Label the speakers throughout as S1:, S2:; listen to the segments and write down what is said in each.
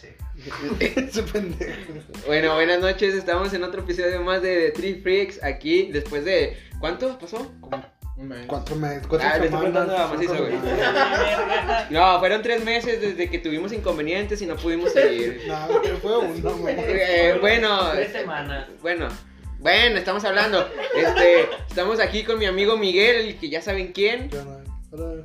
S1: sí.
S2: Ese pendejo.
S3: Bueno, buenas noches. Estamos en otro episodio más de The Three Freaks aquí después de. ¿Cuánto pasó? Como-
S4: Un mes.
S2: Cuatro meses, cuatro
S3: Ah, le estoy
S2: semanas.
S3: contando a macizo,
S2: cinco
S3: güey.
S2: semanas.
S3: No, fueron tres meses desde que tuvimos inconvenientes y no pudimos seguir.
S2: No, que fue uno, güey.
S3: Eh, bueno.
S1: Tres semanas.
S3: Bueno, bueno, estamos hablando. Este, estamos aquí con mi amigo Miguel, el que ya saben quién.
S2: Ya, güey. Ahora-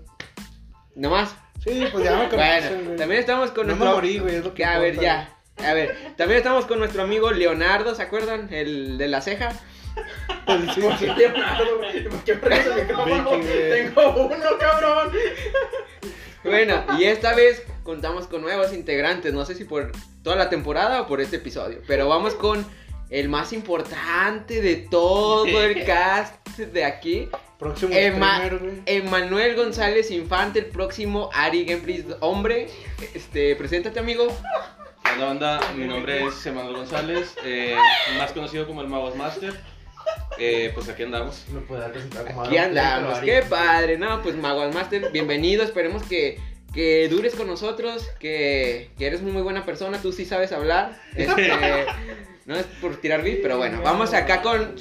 S3: Nomás.
S2: Sí, pues ya me conocen,
S3: Bueno,
S2: güey.
S3: también estamos con
S2: No me
S3: nuestro.
S2: morí, güey, es lo que
S3: a ver,
S2: importa,
S3: ya. A ver, también estamos con nuestro amigo Leonardo, ¿se acuerdan? El de la ceja.
S2: Pues sí, sí.
S4: Leonardo, güey, ¿por qué prendes el micrófono?
S2: Vicky, güey.
S4: Tengo uno, cabrón.
S3: Bueno, y esta vez contamos con nuevos integrantes, no sé si por toda la temporada o por este episodio, pero vamos con el más importante de todo el cast de aquí,
S2: Próximo
S3: Emma-
S2: streamer, güey.
S3: Emanuel González Infante, el próximo Ari Gameplays hombre. Este, preséntate, amigo.
S5: ¿Qué onda, banda? Mi nombre es Emanuel González, eh, más conocido como el Magos Master. Eh, pues aquí andamos.
S1: No puedo dar resultado como
S3: Aquí
S1: Adam
S3: andamos,
S1: Petro,
S3: qué
S1: Ari.
S3: padre, no, pues Maguas Master, bienvenido, esperemos que, que dures con nosotros, que, que eres muy buena persona, tú sí sabes hablar, este, no es por tirar beat, pero bueno, vamos acá con,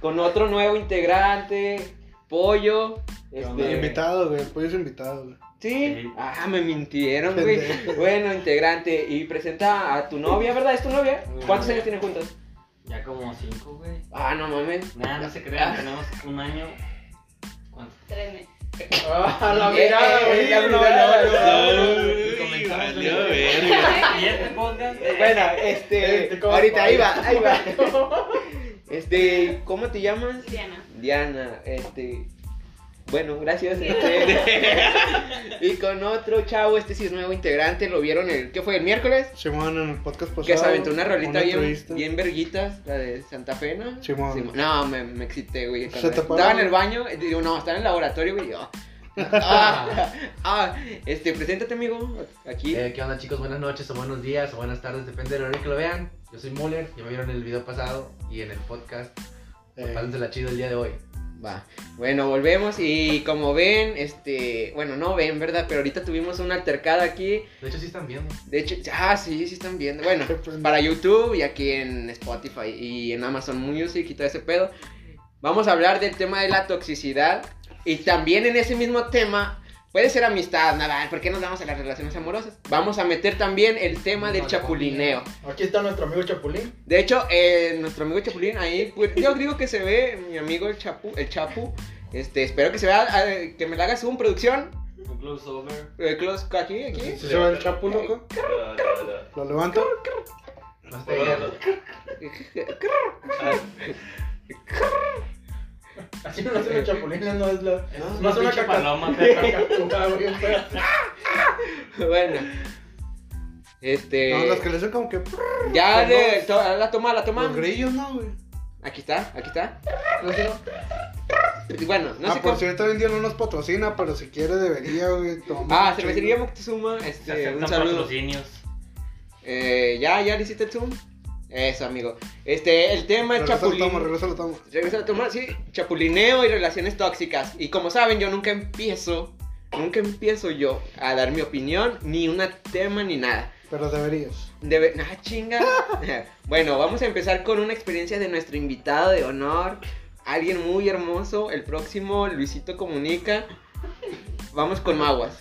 S3: con otro nuevo integrante, Pollo, este,
S2: Invitado, güey. Pues es invitado, güey.
S3: ¿sí?
S1: Sí.
S3: Ah, me mintieron, güey,
S2: Pendejo.
S3: bueno, integrante, y presenta a tu novia, ¿verdad? ¿Es tu novia?
S1: Mm.
S3: ¿Cuántos años tienen juntos?
S1: Ya como cinco, güey.
S3: Ah, no mames.
S1: Nada, no se crean, tenemos un año. ¿Cuánto?
S6: Tres meses.
S4: Ah, la
S3: Eh,
S4: mirada,
S3: eh,
S4: güey.
S3: la mirada,
S5: Uy, valió verga.
S1: ¿Y este podcast?
S3: Eh, Bueno, este,
S4: Este, ¿cómo
S3: ahorita
S4: va?
S3: ahí va, ahí va. Este, ¿cómo te llamas?
S6: Diana.
S3: Diana, este, bueno, gracias. este. y con otro chavo, este sí es nuevo integrante, lo vieron el, ¿qué fue? ¿El miércoles?
S2: Simón en el podcast pasado.
S3: Que se aventó una rolita
S2: Pues
S3: bien,
S2: entrevista.
S3: bien verguitas, la de Santa Fe, ¿no?
S2: Simón.
S3: No, me, me excité, güey.
S2: Se
S3: cuando
S2: taparon.
S3: Estaba en el baño, eh, digo, no, estaba en el laboratorio, güey. y yo, Ah, ah, este, preséntate, amigo, aquí.
S1: Eh, ¿Qué onda chicos? Buenas noches o buenos días o buenas tardes, depende del horario que lo vean. Yo soy Muller, ya me vieron en el video pasado y en el podcast.
S2: Eh,
S1: Pásense la chido el día de hoy.
S3: Va. Bueno, volvemos y como ven, este, bueno, no ven, ¿verdad? Pero ahorita tuvimos una altercada aquí.
S1: De hecho sí están viendo.
S3: De hecho, ah, sí, sí están viendo. Bueno,
S2: Qué pendejo.
S3: para YouTube y aquí en Spotify y en Amazon Music y todo ese pedo. Vamos a hablar del tema de la toxicidad y también en ese mismo tema puede ser amistad, nada, ¿por qué nos vamos a las relaciones amorosas? Vamos a meter también el tema del chapulineo.
S4: Aquí está nuestro amigo Chapulín.
S3: De hecho, eh, nuestro amigo Chapulín ahí, pues, yo digo que se ve, mi amigo el Chapu, el Chapu, este, espero que se vea, eh, que me la hagas un producción,
S1: Un closeover.
S3: eh, close, aquí, aquí,
S2: ¿Se va el chapu, loco? ¿Lo levanto?
S5: Ah,
S4: Así no hacen los chapulines, no es la.
S2: No,
S4: No es una
S1: pinche
S4: caca-
S1: paloma.
S4: cacatúa, güey, fea.
S3: bueno, este,
S2: No, las que le hacen como que.
S3: ya
S2: los
S3: de-
S2: dos.
S3: to- ah, la toma, la toma,
S2: Los grillos, ¿no, güey?
S3: aquí está, aquí está,
S2: ¿No es cierto?
S3: Y bueno, no
S2: ah,
S3: sé
S2: por
S3: cómo-
S2: cierto, hoy en día no nos patrocina, pero si quiere debería, güey. tomar
S3: ah,
S2: un
S3: cervecería
S2: chingo.
S3: Moctezuma,
S1: Se
S3: este, un
S1: aceptan
S3: saludo,
S1: patrocinios.
S3: eh, ya, ya le hiciste el zoom, eso, amigo, este, el tema es
S2: Regresa lo
S3: Chapulín,
S2: tomo, regresa lo tomo.
S3: Regresa a tomar, sí, chapulineo y relaciones tóxicas. Y como saben, yo nunca empiezo, nunca empiezo yo a dar mi opinión, ni un tema, ni nada.
S2: Pero deberías.
S3: Debe... Ah, chinga. bueno, vamos a empezar con una experiencia de nuestro invitado de honor, alguien muy hermoso, el próximo Luisito Comunica. Vamos con Maguas.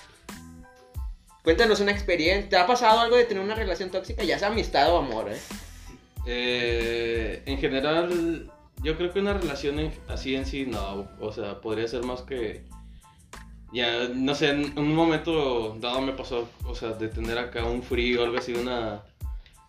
S3: Cuéntanos una experiencia. ¿Te ha pasado algo de tener una relación tóxica? Ya sea amistad o amor, ¿eh?
S5: Eh, en general, yo creo que una relación en- así en sí, no. O sea, podría ser más que. Ya, no sé, en un momento dado me pasó, o sea, de tener acá un frío o algo así, una.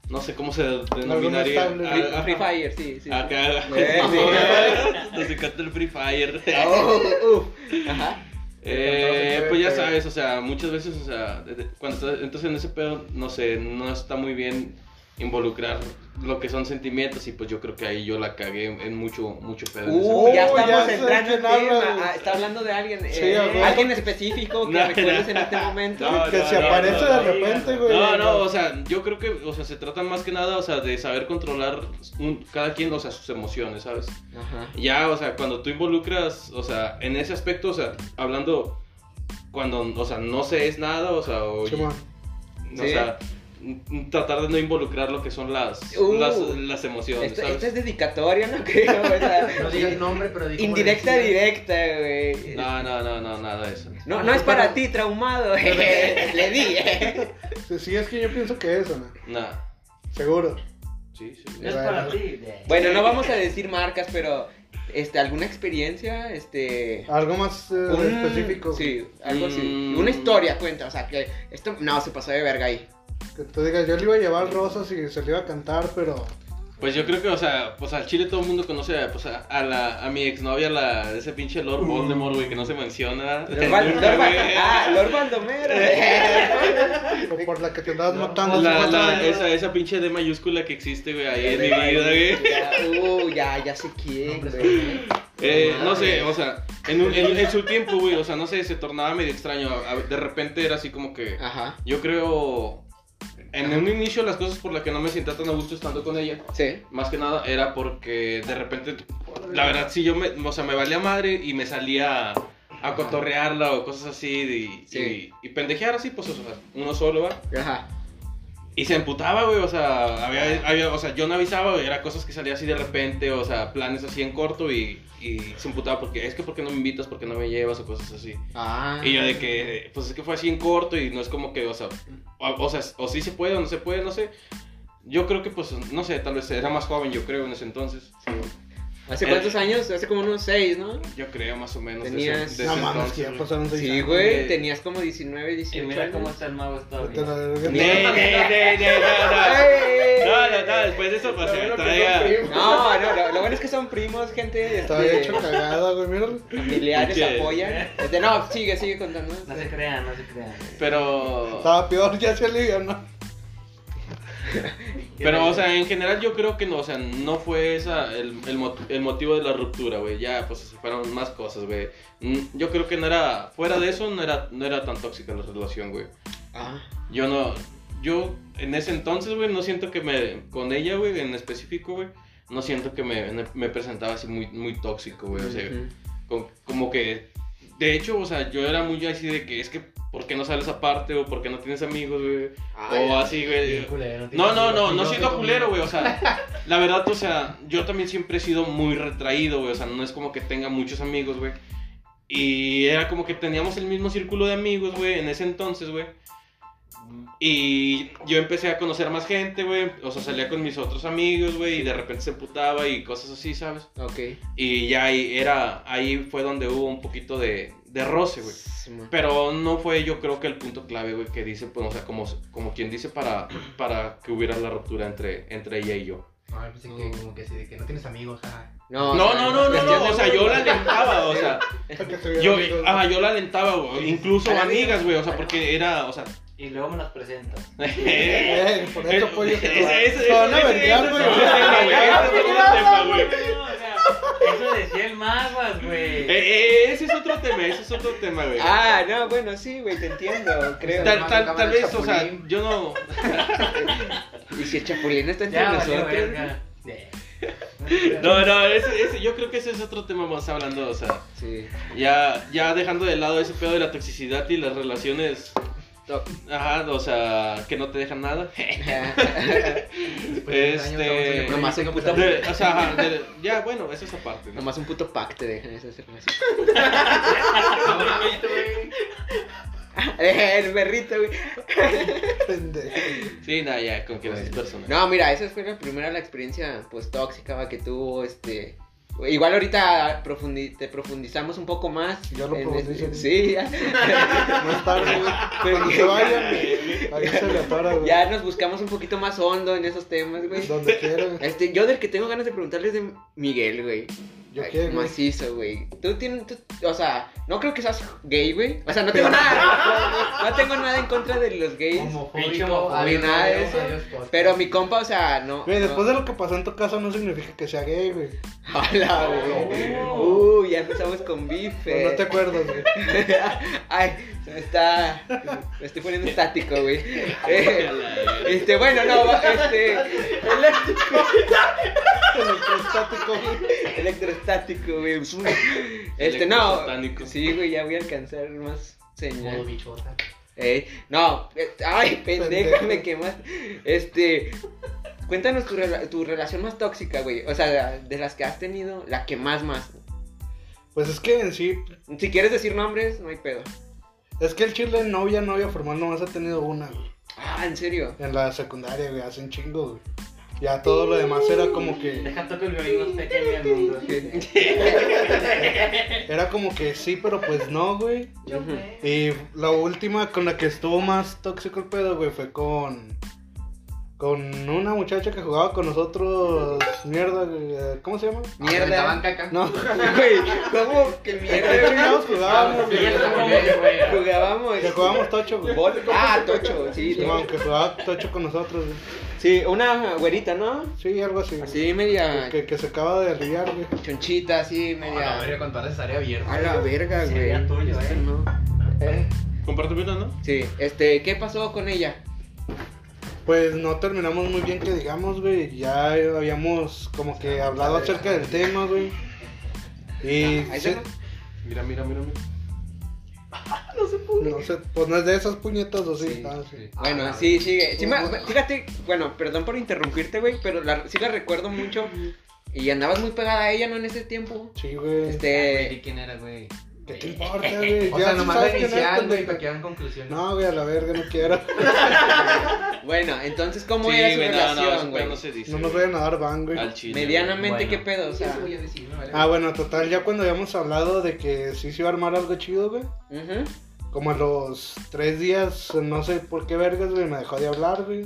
S5: No sé cómo se denominaría.
S2: estable.
S5: Ah,
S3: Free,
S5: ajá.
S3: Free Fire, sí, sí. sí.
S5: Acá.
S3: Eh, sí.
S5: Nos encanta el Free Fire.
S3: Oh, uf. Ajá.
S5: Eh,
S4: Entonces,
S5: pues ya
S4: eh,
S5: sabes, o sea, muchas veces, o sea, desde- cuando estás, entonces en ese pedo, no sé, no está muy bien involucrar lo que son sentimientos y pues yo creo que ahí yo la cagué en mucho, mucho pedo. en ese
S3: Uh, ya
S2: Uy,
S3: estamos
S2: ya sé
S3: entrando en
S2: quién habla,
S3: tema.
S2: güey.
S3: Ah, está hablando de alguien.
S2: Sí,
S3: eh,
S2: a huevo.
S3: alguien específico que
S5: No,
S3: recuerdes
S5: no.
S3: en este momento.
S5: No,
S2: que se
S5: no,
S2: aparece
S5: no,
S2: de
S5: no,
S2: repente, güey.
S5: No, no, o sea, yo creo que, o sea, se trata más que nada, o sea, de saber controlar un- cada quien, o sea, sus emociones, ¿sabes?
S3: Ajá.
S5: Ya, o sea, cuando tú involucras, o sea, en ese aspecto, o sea, hablando cuando, o sea, no se es nada, o sea, o,
S2: Simón.
S5: o
S3: Sí.
S5: sea, mm, tratar de no involucrar lo que son las,
S3: Uh, Este,
S5: las, las emociones,
S3: Esto,
S5: ¿sabes?
S3: esto es dedicatoria, no creo, o sea,
S1: No digas nombre, pero di cómo
S3: indirecta,
S1: le decías.
S3: directa, güey.
S5: No, no, no, no, nada de eso.
S3: No, no es para ti, traumado. Le di. eh.
S2: Sí, sí, es que yo pienso que es, Ana.
S5: Nada.
S2: Seguro.
S5: Sí, sí.
S2: Ya.
S4: Es para ti.
S3: Bueno, no vamos a decir marcas, pero este, alguna experiencia, este.
S2: Algo más eh,
S3: un-
S2: específico.
S3: Sí, algo así.
S5: Mm.
S3: Una historia cuenta, o sea, que esto no se pasó de verga ahí.
S2: Que tú digas, yo le iba a llevar rosas y se le iba a cantar, pero.
S5: Pues yo creo que, o sea, pues al Chile todo el mundo conoce pues, a, a la, a mi exnovia, la, ese pinche Lord Voldemort, güey, que no se menciona. Este,
S3: Lord, Val- Uh. Lord Val- ah, Lord Baldomero.
S2: o por la que te andabas matando. hace
S5: La,
S2: cuatro
S5: la,
S2: años.
S5: esa, esa pinche D mayúscula que existe, güey, ahí en mi vida, güey.
S3: Ya, uh, ya, ya sé quién,
S1: Nombres
S3: güey.
S5: Eh, no sé, o sea, en, un- en- en su tiempo, güey, o sea, no sé, se tornaba medio extraño. A- a- De repente era así como que,
S3: Ajá.
S5: yo creo, en un inicio las cosas por las que no me sentía tan a gusto estando con ella,
S3: Sí.
S5: más que nada era porque de repente, la verdad, sí, yo me, o sea, me valía madre y me salía a, a cotorrearla o cosas así y,
S3: Sí.
S5: y, y pendejear así, pues, o sea, uno solo, va.
S3: Ajá.
S5: Y se emputaba, güey, o sea, había, había- o sea, yo no avisaba, güey, era cosas que salía así de repente, o sea, planes así en corto y, y se emputaba porque es que por qué no me invitas, por qué no me llevas o cosas así.
S3: Ah.
S5: Y yo de que, pues es que fue así en corto y no es como que, o sea, o, o sea, o sí se puede o no se puede, no sé. Yo creo que, pues, no sé, tal vez era más joven, yo creo, en ese entonces. eh,
S3: ¿Hace cuántos años? Hace como unos seis, ¿no?
S5: Yo creo, más o menos.
S3: Tenías-
S5: desde- desde
S2: No mames,
S5: entonces,
S2: que ya
S5: güey.
S2: pasaron seis
S3: Sí,
S2: años.
S3: güey.
S5: güey.
S3: Tenías como 19,
S6: Y
S3: 18
S6: mira cómo
S3: años.
S6: está el mago esta
S2: Vete a la
S6: ahorita.
S2: verga.
S5: Ne, ne, ne, ne, no,
S3: ¡Ey!
S5: no. No, no, no, después de eso, pues,
S4: Pero bueno, que
S5: todavía-
S4: son primos.
S3: No, no, lo, lo bueno es que son primos, gente. este,
S2: Estaba hecho cagada, güey, míralo.
S3: familiares
S5: Pinche.
S3: apoyan. Este, no, sigue, sigue contando.
S6: No se crean, no se crean.
S5: Pero...
S2: Estaba peor, ya se alivianó.
S5: Pero, o sea, en general yo creo que no, o sea, no fue esa el, el mo- el motivo de la ruptura, güey. Ya, pues, se fueron más cosas, güey. Mm, Yo creo que no era, fuera de eso, no era, no era tan tóxica la relación, güey.
S3: Ah,
S5: Yo no, yo en ese entonces, güey, no siento que me, con ella, güey, en específico, güey, no siento que me, me presentaba así muy, muy tóxico, güey. O sea,
S3: ujú.
S5: co- como que, de hecho, o sea, yo era muy así de que es que, ¿por qué no sales aparte? O ¿por qué no tienes amigos, güey?
S3: Ah,
S5: O
S3: ya.
S5: así, güey.
S1: Bien culero, tío.
S5: No, no, no,
S1: Y
S5: no
S1: yo
S5: siento
S1: tengo miedo.
S5: culero, güey, o sea, la verdad, o sea, yo también siempre he sido muy retraído, güey, o sea, no es como que tenga muchos amigos, güey. Y era como que teníamos el mismo círculo de amigos, güey, en ese entonces, güey. Y yo empecé a conocer más gente, güey, o sea, salía con mis otros amigos, güey, y de repente se putaba y cosas así, ¿sabes?
S3: Ok.
S5: Y ya ahí era, ahí fue donde hubo un poquito de, de roce, güey.
S3: Simón.
S5: Pero no fue yo creo que el punto clave, güey, que dice, pues, o sea, como, como quien dice para, para que hubiera la ruptura entre, entre ella y yo.
S1: Ay, pensé que como que sí, de que no tienes amigos, ah.
S5: No, no, no, no, no, o sea, yo la alentaba, o sea,
S2: Para que tuviera
S5: yo,
S2: amigos.
S5: ah, yo la alentaba, güey, incluso
S3: A la
S5: amigas, güey, o sea, porque era, o sea...
S6: Y luego me las presentas.
S2: Eh, por eso pollo se te va.
S5: Ese- ese-
S2: Te van a
S5: ese-
S2: verguear,
S5: ese-
S2: güey.
S5: ese- ese- ese- tema, güey.
S6: No, o sea, eso decía el maguas, güey.
S5: Eh, eh, Ese es otro tema, ese es otro tema, güey.
S3: Ah, no, bueno, sí, güey, te entiendo, creo.
S5: Tal, tal, tal
S1: Cámara de
S5: vez, o sea,
S1: Chapulín.
S5: yo no...
S3: Y si el chapulín está entre
S6: Ya, valió
S3: nosotros.
S6: verga.
S5: No, no, ese, ese- yo creo que ese es otro tema más hablando, o sea...
S3: Sí.
S5: Ya, ya dejando de lado ese pedo de la toxicidad y las relaciones.
S3: To-
S5: Ajá, o sea, que no te dejan nada.
S1: Después de años,
S5: Este,
S1: estamos en el
S3: nomás soy
S1: proyecto,
S3: puta-
S1: pues,
S5: De- o sea, ajá, de- ya, bueno, eso es aparte. ¿no?
S3: Nomás un puto pack te dejan esas cervezas.
S1: ah, no mames, güey.
S3: El perrito, güey.
S2: Pendejo.
S5: Sí, nada, ya, con que las personas.
S3: No, mira, esa fue la primera la experiencia pues tóxica va, que tuvo este igual ahorita profundi- te profundizamos un poco más.
S2: Ya lo
S3: en
S2: profundizo.
S3: este- Sí, ya.
S2: Más tarde, güey. Cuando se vayan, güey, ahí se le para, güey.
S3: Ya nos buscamos un poquito más hondo en esos temas, güey.
S2: Donde quiera, güey.
S3: Este, yo del que tengo ganas de preguntarles de Miguel, güey.
S2: Yo
S3: Ay,
S2: qué, güey.
S3: Macizo, güey. Tú tienes, tú- o sea, no creo que seas gay, güey. O sea, no tengo nada, no tengo nada en contra de los gays.
S6: Pinche
S1: Homofóbico,
S6: homofóbico,
S1: adiós,
S3: nada de
S1: adiós,
S3: eso.
S1: adiós, podcast.
S3: Pero mi compa, o sea, no.
S2: Güey,
S3: no-
S2: después de lo que pasó en tu casa no significa que sea gay, güey.
S3: Hola, güey. Uy, ya empezamos con bife.
S2: Pues no te acuerdas, güey.
S3: Ay, se me está. Me estoy poniendo estático, güey. Eh, Este, bueno, no, va- este.
S2: Electrostático, güey.
S3: Electrostático, güey. Este, no.
S5: Electrosatánico.
S3: Sí, güey, ya voy a alcanzar más
S1: Modo
S3: señal.
S1: bichota.
S3: Ey, no, eh, ay, pendeja,
S2: Pendejo.
S3: me quemas. Este, cuéntanos tu, rela- tu relación más tóxica, güey. O sea, la- de las que has tenido, la que más, más.
S2: Pues es que en sí,
S3: Si quieres decir nombres, no hay pedo.
S2: es que el chile novia, novia formal nomás ha tenido una, güey.
S3: Ah, en serio.
S2: En la secundaria, güey, hace un chingo, güey. Ya todo lo demás era como que,
S6: Deja toque el violín más pequeño del mundo.
S2: era como que sí, pero pues no, güey.
S3: Ujú.
S2: Y la última con la que estuvo más tóxico el pedo, güey, fue con. Con una muchacha que jugaba con nosotros. Mierda, güey, ¿cómo se llama?
S1: Aventaban
S3: Mierda.
S1: caca.
S2: No,
S3: Güey, ¿cómo que
S2: ¿qué
S3: mierda?
S2: chingados jugábamos,
S6: Sí,
S2: güey?
S6: eso como que,
S3: güey?
S6: güey.
S3: Jugábamos.
S2: Que jugábamos tocho, güey.
S3: Bol- Ah, tocho, sí.
S2: Sí,
S3: tocho.
S2: que jugaba tocho con nosotros, güey.
S3: Sí, una güerita, ¿no?
S2: Sí, algo así. güey.
S3: Así media
S2: Que, que se acaba de rillar, güey.
S3: chonchita, así
S1: Ah, No, la verga,
S3: media.
S1: con toda esa área abierta.
S3: A la verga,
S6: Sí,
S3: güey.
S6: era tuyo,
S3: Esto
S6: eh.
S3: no.
S2: Eh,
S5: Comparte vida, ¿no?
S3: Sí, este, ¿qué pasó con ella?
S2: Pues no terminamos muy bien, que digamos, güey. Ya habíamos como que hablado acerca del tema, güey. Y.
S3: Ahí
S2: sí-
S3: está,
S5: Mira, mira, mira. mira.
S2: No sé, pues no es de esas puñetas o sí.
S3: Sí,
S2: Ah, sí.
S3: Bueno,
S1: Ah,
S3: sí, sigue. Sí, me-
S2: Ujú.
S3: fíjate, bueno, perdón por interrumpirte, güey, pero la, sí la recuerdo mucho. Y andabas muy pegada a ella, ¿no? En ese tiempo.
S2: Sí, güey.
S6: Güey, di
S3: Este.
S6: quién era, güey?
S2: ¿Qué te importa, güey?
S1: O
S2: Ya
S1: sea,
S2: sí
S1: nomás
S2: sabes
S1: la
S2: quién eres,
S1: inicial, güey,
S2: pendejo.
S1: para que hagan conclusiones.
S2: No, güey, a la verga, no quiero.
S3: Bueno, entonces, ¿cómo era su
S5: güey, no, no, eso
S3: relación, güey?
S5: no se dice.
S2: No nos
S5: güey.
S2: vayan a dar van, güey.
S5: Al chile.
S3: Medianamente,
S6: Bueno.
S3: ¿qué pedo? O sea.
S1: voy a decir, me vale.
S2: Ah, bueno, total, ya cuando habíamos hablado de que sí se iba a armar algo chido, güey.
S3: ujú.
S2: Como a los tres días, no sé por qué vergas, güey, me dejó de hablar, güey.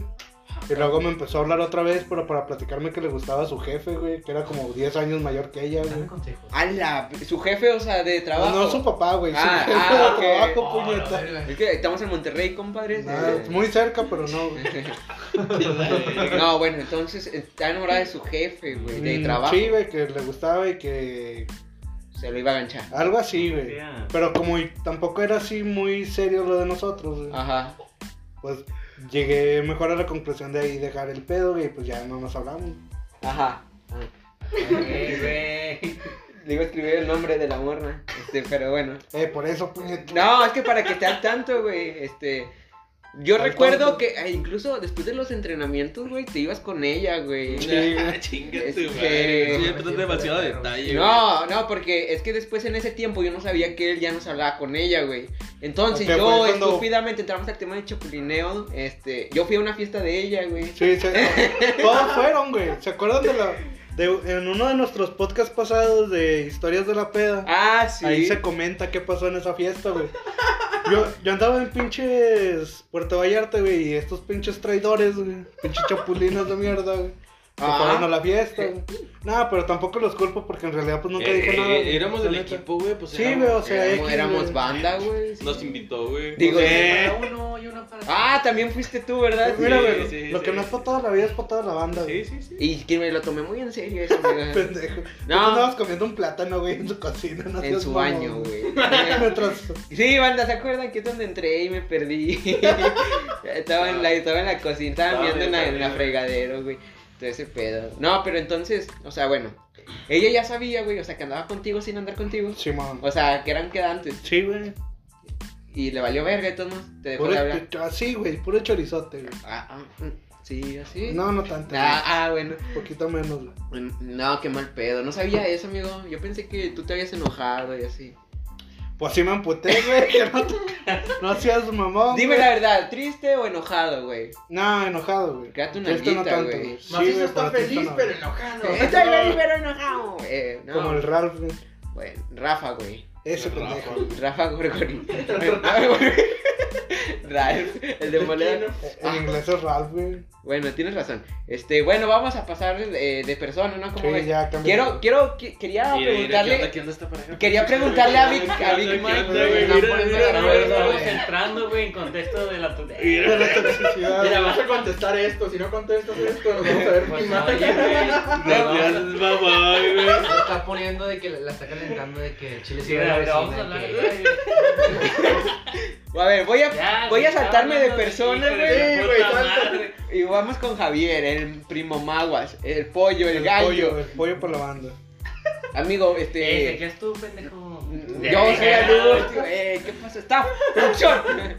S2: Y luego me empezó a hablar otra vez, pero para platicarme que le gustaba su jefe, güey, que era como 10 años mayor que ella,
S1: Dame
S2: güey.
S1: consejos.
S3: A la. Su jefe, o sea, de
S2: No,
S3: trabajo.
S2: no su papá, güey, su
S3: Ah,
S2: jefe
S3: ah,
S2: de
S3: ok.
S2: trabajo,
S1: Oh, la
S2: puñeta.
S1: verga.
S3: Es que estamos en Monterrey, compadres.
S2: Nada,
S3: eh.
S2: Ah, muy cerca, pero no, güey.
S3: No, bueno, entonces está enamorada de su jefe, güey, de
S2: Mm,
S3: trabajo.
S2: Sí, güey, que le gustaba y que.
S3: Se lo iba a ganchar.
S2: Algo así, güey.
S6: Ya.
S2: Pero como y- tampoco era así muy serio lo de nosotros, güey,
S3: Ajá.
S2: pues llegué mejor a la conclusión de ahí dejar el pedo, güey, y pues ya no nos hablamos.
S3: Ajá.
S6: Eh, güey.
S3: Le iba a escribir el nombre de la morra. Este, pero bueno.
S2: Eh, por eso, puñeta.
S3: No, es que para que esté al tanto, güey. Este. Yo
S2: Al
S3: recuerdo
S2: tanto.
S3: que eh, incluso después de los entrenamientos, güey, te ibas con ella, güey.
S2: Sí, güey.
S5: Chingate,
S3: Este-
S5: güey. Sí, entró demasiado detalle. güey.
S3: No, no, porque es que después en ese tiempo yo no sabía que él ya nos hablaba con ella, güey. Entonces
S2: Ok, fue
S3: yo
S2: cuando-
S3: estúpidamente entramos al tema de chapulineo. Este, yo fui a una fiesta de ella, güey.
S2: Sí, se- todos fueron, güey. ¿Se acuerdan de la. de- en uno de nuestros podcasts pasados de historias de la peda?
S3: Ah, sí.
S2: Ahí se comenta qué pasó en esa fiesta, güey. Yo, yo andaba en pinches Puerto Vallarta, güey, y estos pinches traidores, güey, pinches chapulinas de mierda, güey, se
S3: Ah.
S2: fueron a la fiesta, güey. No, pero tampoco los culpo porque en realidad pues nunca
S5: Eh,
S2: dije nada. güey,
S5: éramos
S2: la
S5: del
S2: neta.
S5: equipo, güey. Pues
S2: Sí,
S5: éramos-
S2: güey, o sea,
S3: éramos,
S2: X,
S3: éramos
S2: güey.
S3: banda, güey. sí.
S5: Nos invitó, güey.
S3: Digo,
S5: Eh,
S1: Para uno y uno para
S3: ah, también fuiste tú, ¿verdad?
S2: Pues Mira,
S5: Sí,
S2: güey,
S5: sí,
S2: lo
S5: sí.
S2: que no es para toda la vida es para toda la banda, güey.
S5: Sí, sí, sí.
S3: Y que me lo tomé muy en serio eso,
S5: Pues,
S3: güey.
S2: Pendejo. Tú te
S3: No.
S2: andabas comiendo un plátano, güey, en su cocina, no
S3: en
S2: seas
S3: su
S2: mamón,
S3: baño, güey.
S2: Mientras-
S3: Sí, banda, ¿se acuerdan que es donde entré y me perdí? estaba, en la, estaba en la cocina, estaba
S5: Estaba
S3: viendo en la,
S5: bien,
S3: en la
S5: bien.
S3: fregadero, güey. Todo ese pedo. No, pero entonces, o sea, bueno. Ella ya sabía, güey, o sea, que andaba contigo sin andar contigo.
S2: Simón.
S3: O sea, que eran quedantes.
S2: Sí, güey.
S3: Y le valió verga y todo, ¿no? Te dejó de
S2: Puro-
S5: este.
S3: hablar.
S2: Así, güey, puro chorizote, güey.
S3: Ah, ah, mm, sí, así.
S2: No, no tanto.
S3: Ah,
S2: güey,
S3: ah, bueno.
S2: Poquito menos, güey.
S3: No, qué mal pedo. No sabía eso, amigo. Yo pensé que tú te habías enojado y así.
S2: Pues sí me amputé, güey, que no, te- no seas mamón.
S3: Dime
S2: güey.
S3: la verdad, ¿triste o enojado, güey?
S2: No, enojado, güey.
S3: Quédate una
S2: Triste
S3: nalguita,
S2: tanto,
S3: güey.
S2: Sí,
S4: Macizo
S2: güey,
S4: está
S2: pero triste
S4: feliz,
S2: no.
S4: pero enojado.
S3: Estoy feliz, pero enojado. Eh, no.
S2: Como el Ralph, güey.
S3: Bueno, Rafa, güey.
S2: Ese
S5: El
S2: pendejo.
S5: Rafa.
S3: Rafa Gorgori. Ralph, el de Moleda.
S2: Eh, En inglés es Ralph, güey.
S3: Bueno, tienes razón. Este, bueno, vamos a pasar eh, de persona, ¿no? ¿Cómo
S2: Sí,
S3: ves?
S2: ya, cambia.
S3: Quiero, quiero, qui- quería
S5: Mira, mira, ¿qué onda,
S3: preguntarle.
S5: ¿Qué onda esta pareja?
S3: Ah, Quería preguntarle a Big, a Big
S5: ¿Qué onda,
S3: Mike,
S5: qué onda, güey?
S3: no
S5: Mira,
S3: puedes
S5: mira,
S3: agarrar
S5: mira,
S3: eso,
S5: mira,
S3: güey.
S6: Estamos entrando, güey, en contexto de la tontería.
S2: Mira la toxicidad.
S4: Mira, vas a contestar esto. Si no contestas esto, nos vamos a ver
S6: Pues,
S4: quemados.
S6: oye, güey.
S5: Gracias, mamá, güey.
S1: Se está poniendo de que la, la está calentando de que el chile
S6: Sí,
S1: se va a
S6: pero vamos a
S1: vecina,
S6: hablar,
S1: que-
S6: güey.
S3: A ver, voy a,
S6: Ya,
S3: voy a
S6: ya,
S3: saltarme de
S6: hablando
S3: persona,
S6: hijos de
S3: güey.
S4: güey.
S6: su
S4: Sí,
S6: puta
S4: güey, salta.
S6: madre. Eh,
S3: Y vamos con Javier, el primo Maguas, el pollo, el,
S2: El
S3: gallo.
S2: pollo, el pollo para la banda.
S3: Amigo,
S6: Eh, ¿de
S3: este.
S6: qué es tú, pendejo?
S5: no.
S3: Yo soy el último. Eh, ¿Qué pasa? ¡Está! ¡Producción!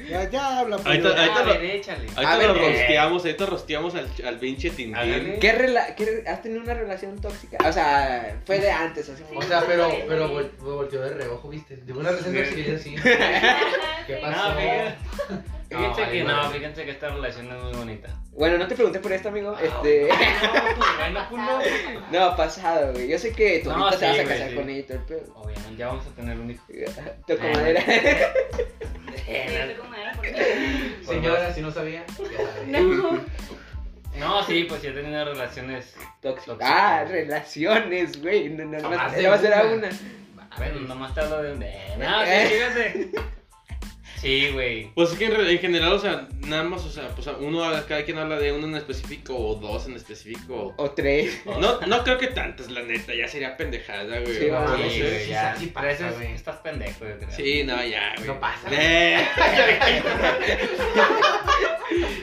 S2: Ya, ya habla.
S5: Ahí
S2: pollo.
S5: está, ahí
S6: A
S5: te lo-
S6: ver, échale.
S5: Ahí
S3: A
S5: te lo
S3: ver,
S6: eh.
S5: rosteamos, ahí te rosteamos al, al pinche Tintín.
S6: Ándale.
S3: ¿Qué rela qué re- ¿Has tenido una relación tóxica? O sea, fue de antes, así
S1: O sea, pero, pero vol- volteó de reojo, viste. De una receta
S6: Sí.
S1: que así. ¿Qué
S6: No,
S7: Ah,
S1: pasó?
S6: fíjate.
S1: No,
S6: Fíjense
S1: vale,
S6: que
S1: vale.
S6: no, fíjense que esta relación es muy bonita.
S3: Bueno, no te pregunté por esto,
S6: Ah,
S3: amigo. Este.
S6: No, pues, bueno, culo.
S3: No, pasado, güey. Yo sé que tú
S6: No,
S3: ahorita te
S6: sí,
S3: vas a
S6: güey,
S3: casar
S6: sí. Eh,
S3: con ella y todo el pedo.
S6: Obviamente, ya vamos a tener un hijo.
S3: Toco madera.
S7: Sí, toco madera porque-
S1: Señora, si no sabía, ya sabe.
S7: No.
S6: No, sí, pues sí he tenido relaciones.
S3: Tóxico.
S6: Tóxico.
S3: Ah, relaciones, güey. No, no, no.
S1: Más de
S3: Nada más era
S1: una.
S3: una.
S6: Bueno, nomás te hablo de un. No, sí, fíjate. Sí, güey.
S5: Pues es que en, re- en general, o sea, nada más, o sea, pues uno, habla- cada quien habla de uno en específico o dos en específico.
S3: O tres.
S5: No, no creo que tantas, la neta, ya sería pendejada, güey.
S3: Sí,
S5: o sea,
S3: vamos,
S5: no
S6: Sí,
S5: sé.
S6: güey,
S1: sí,
S6: ya.
S1: sí, sí
S6: Pero
S1: pasa,
S6: eso es-
S1: güey.
S6: estás pendejo, yo creo.
S5: Sí, no, ya, güey.
S1: No pasa.
S5: Eh.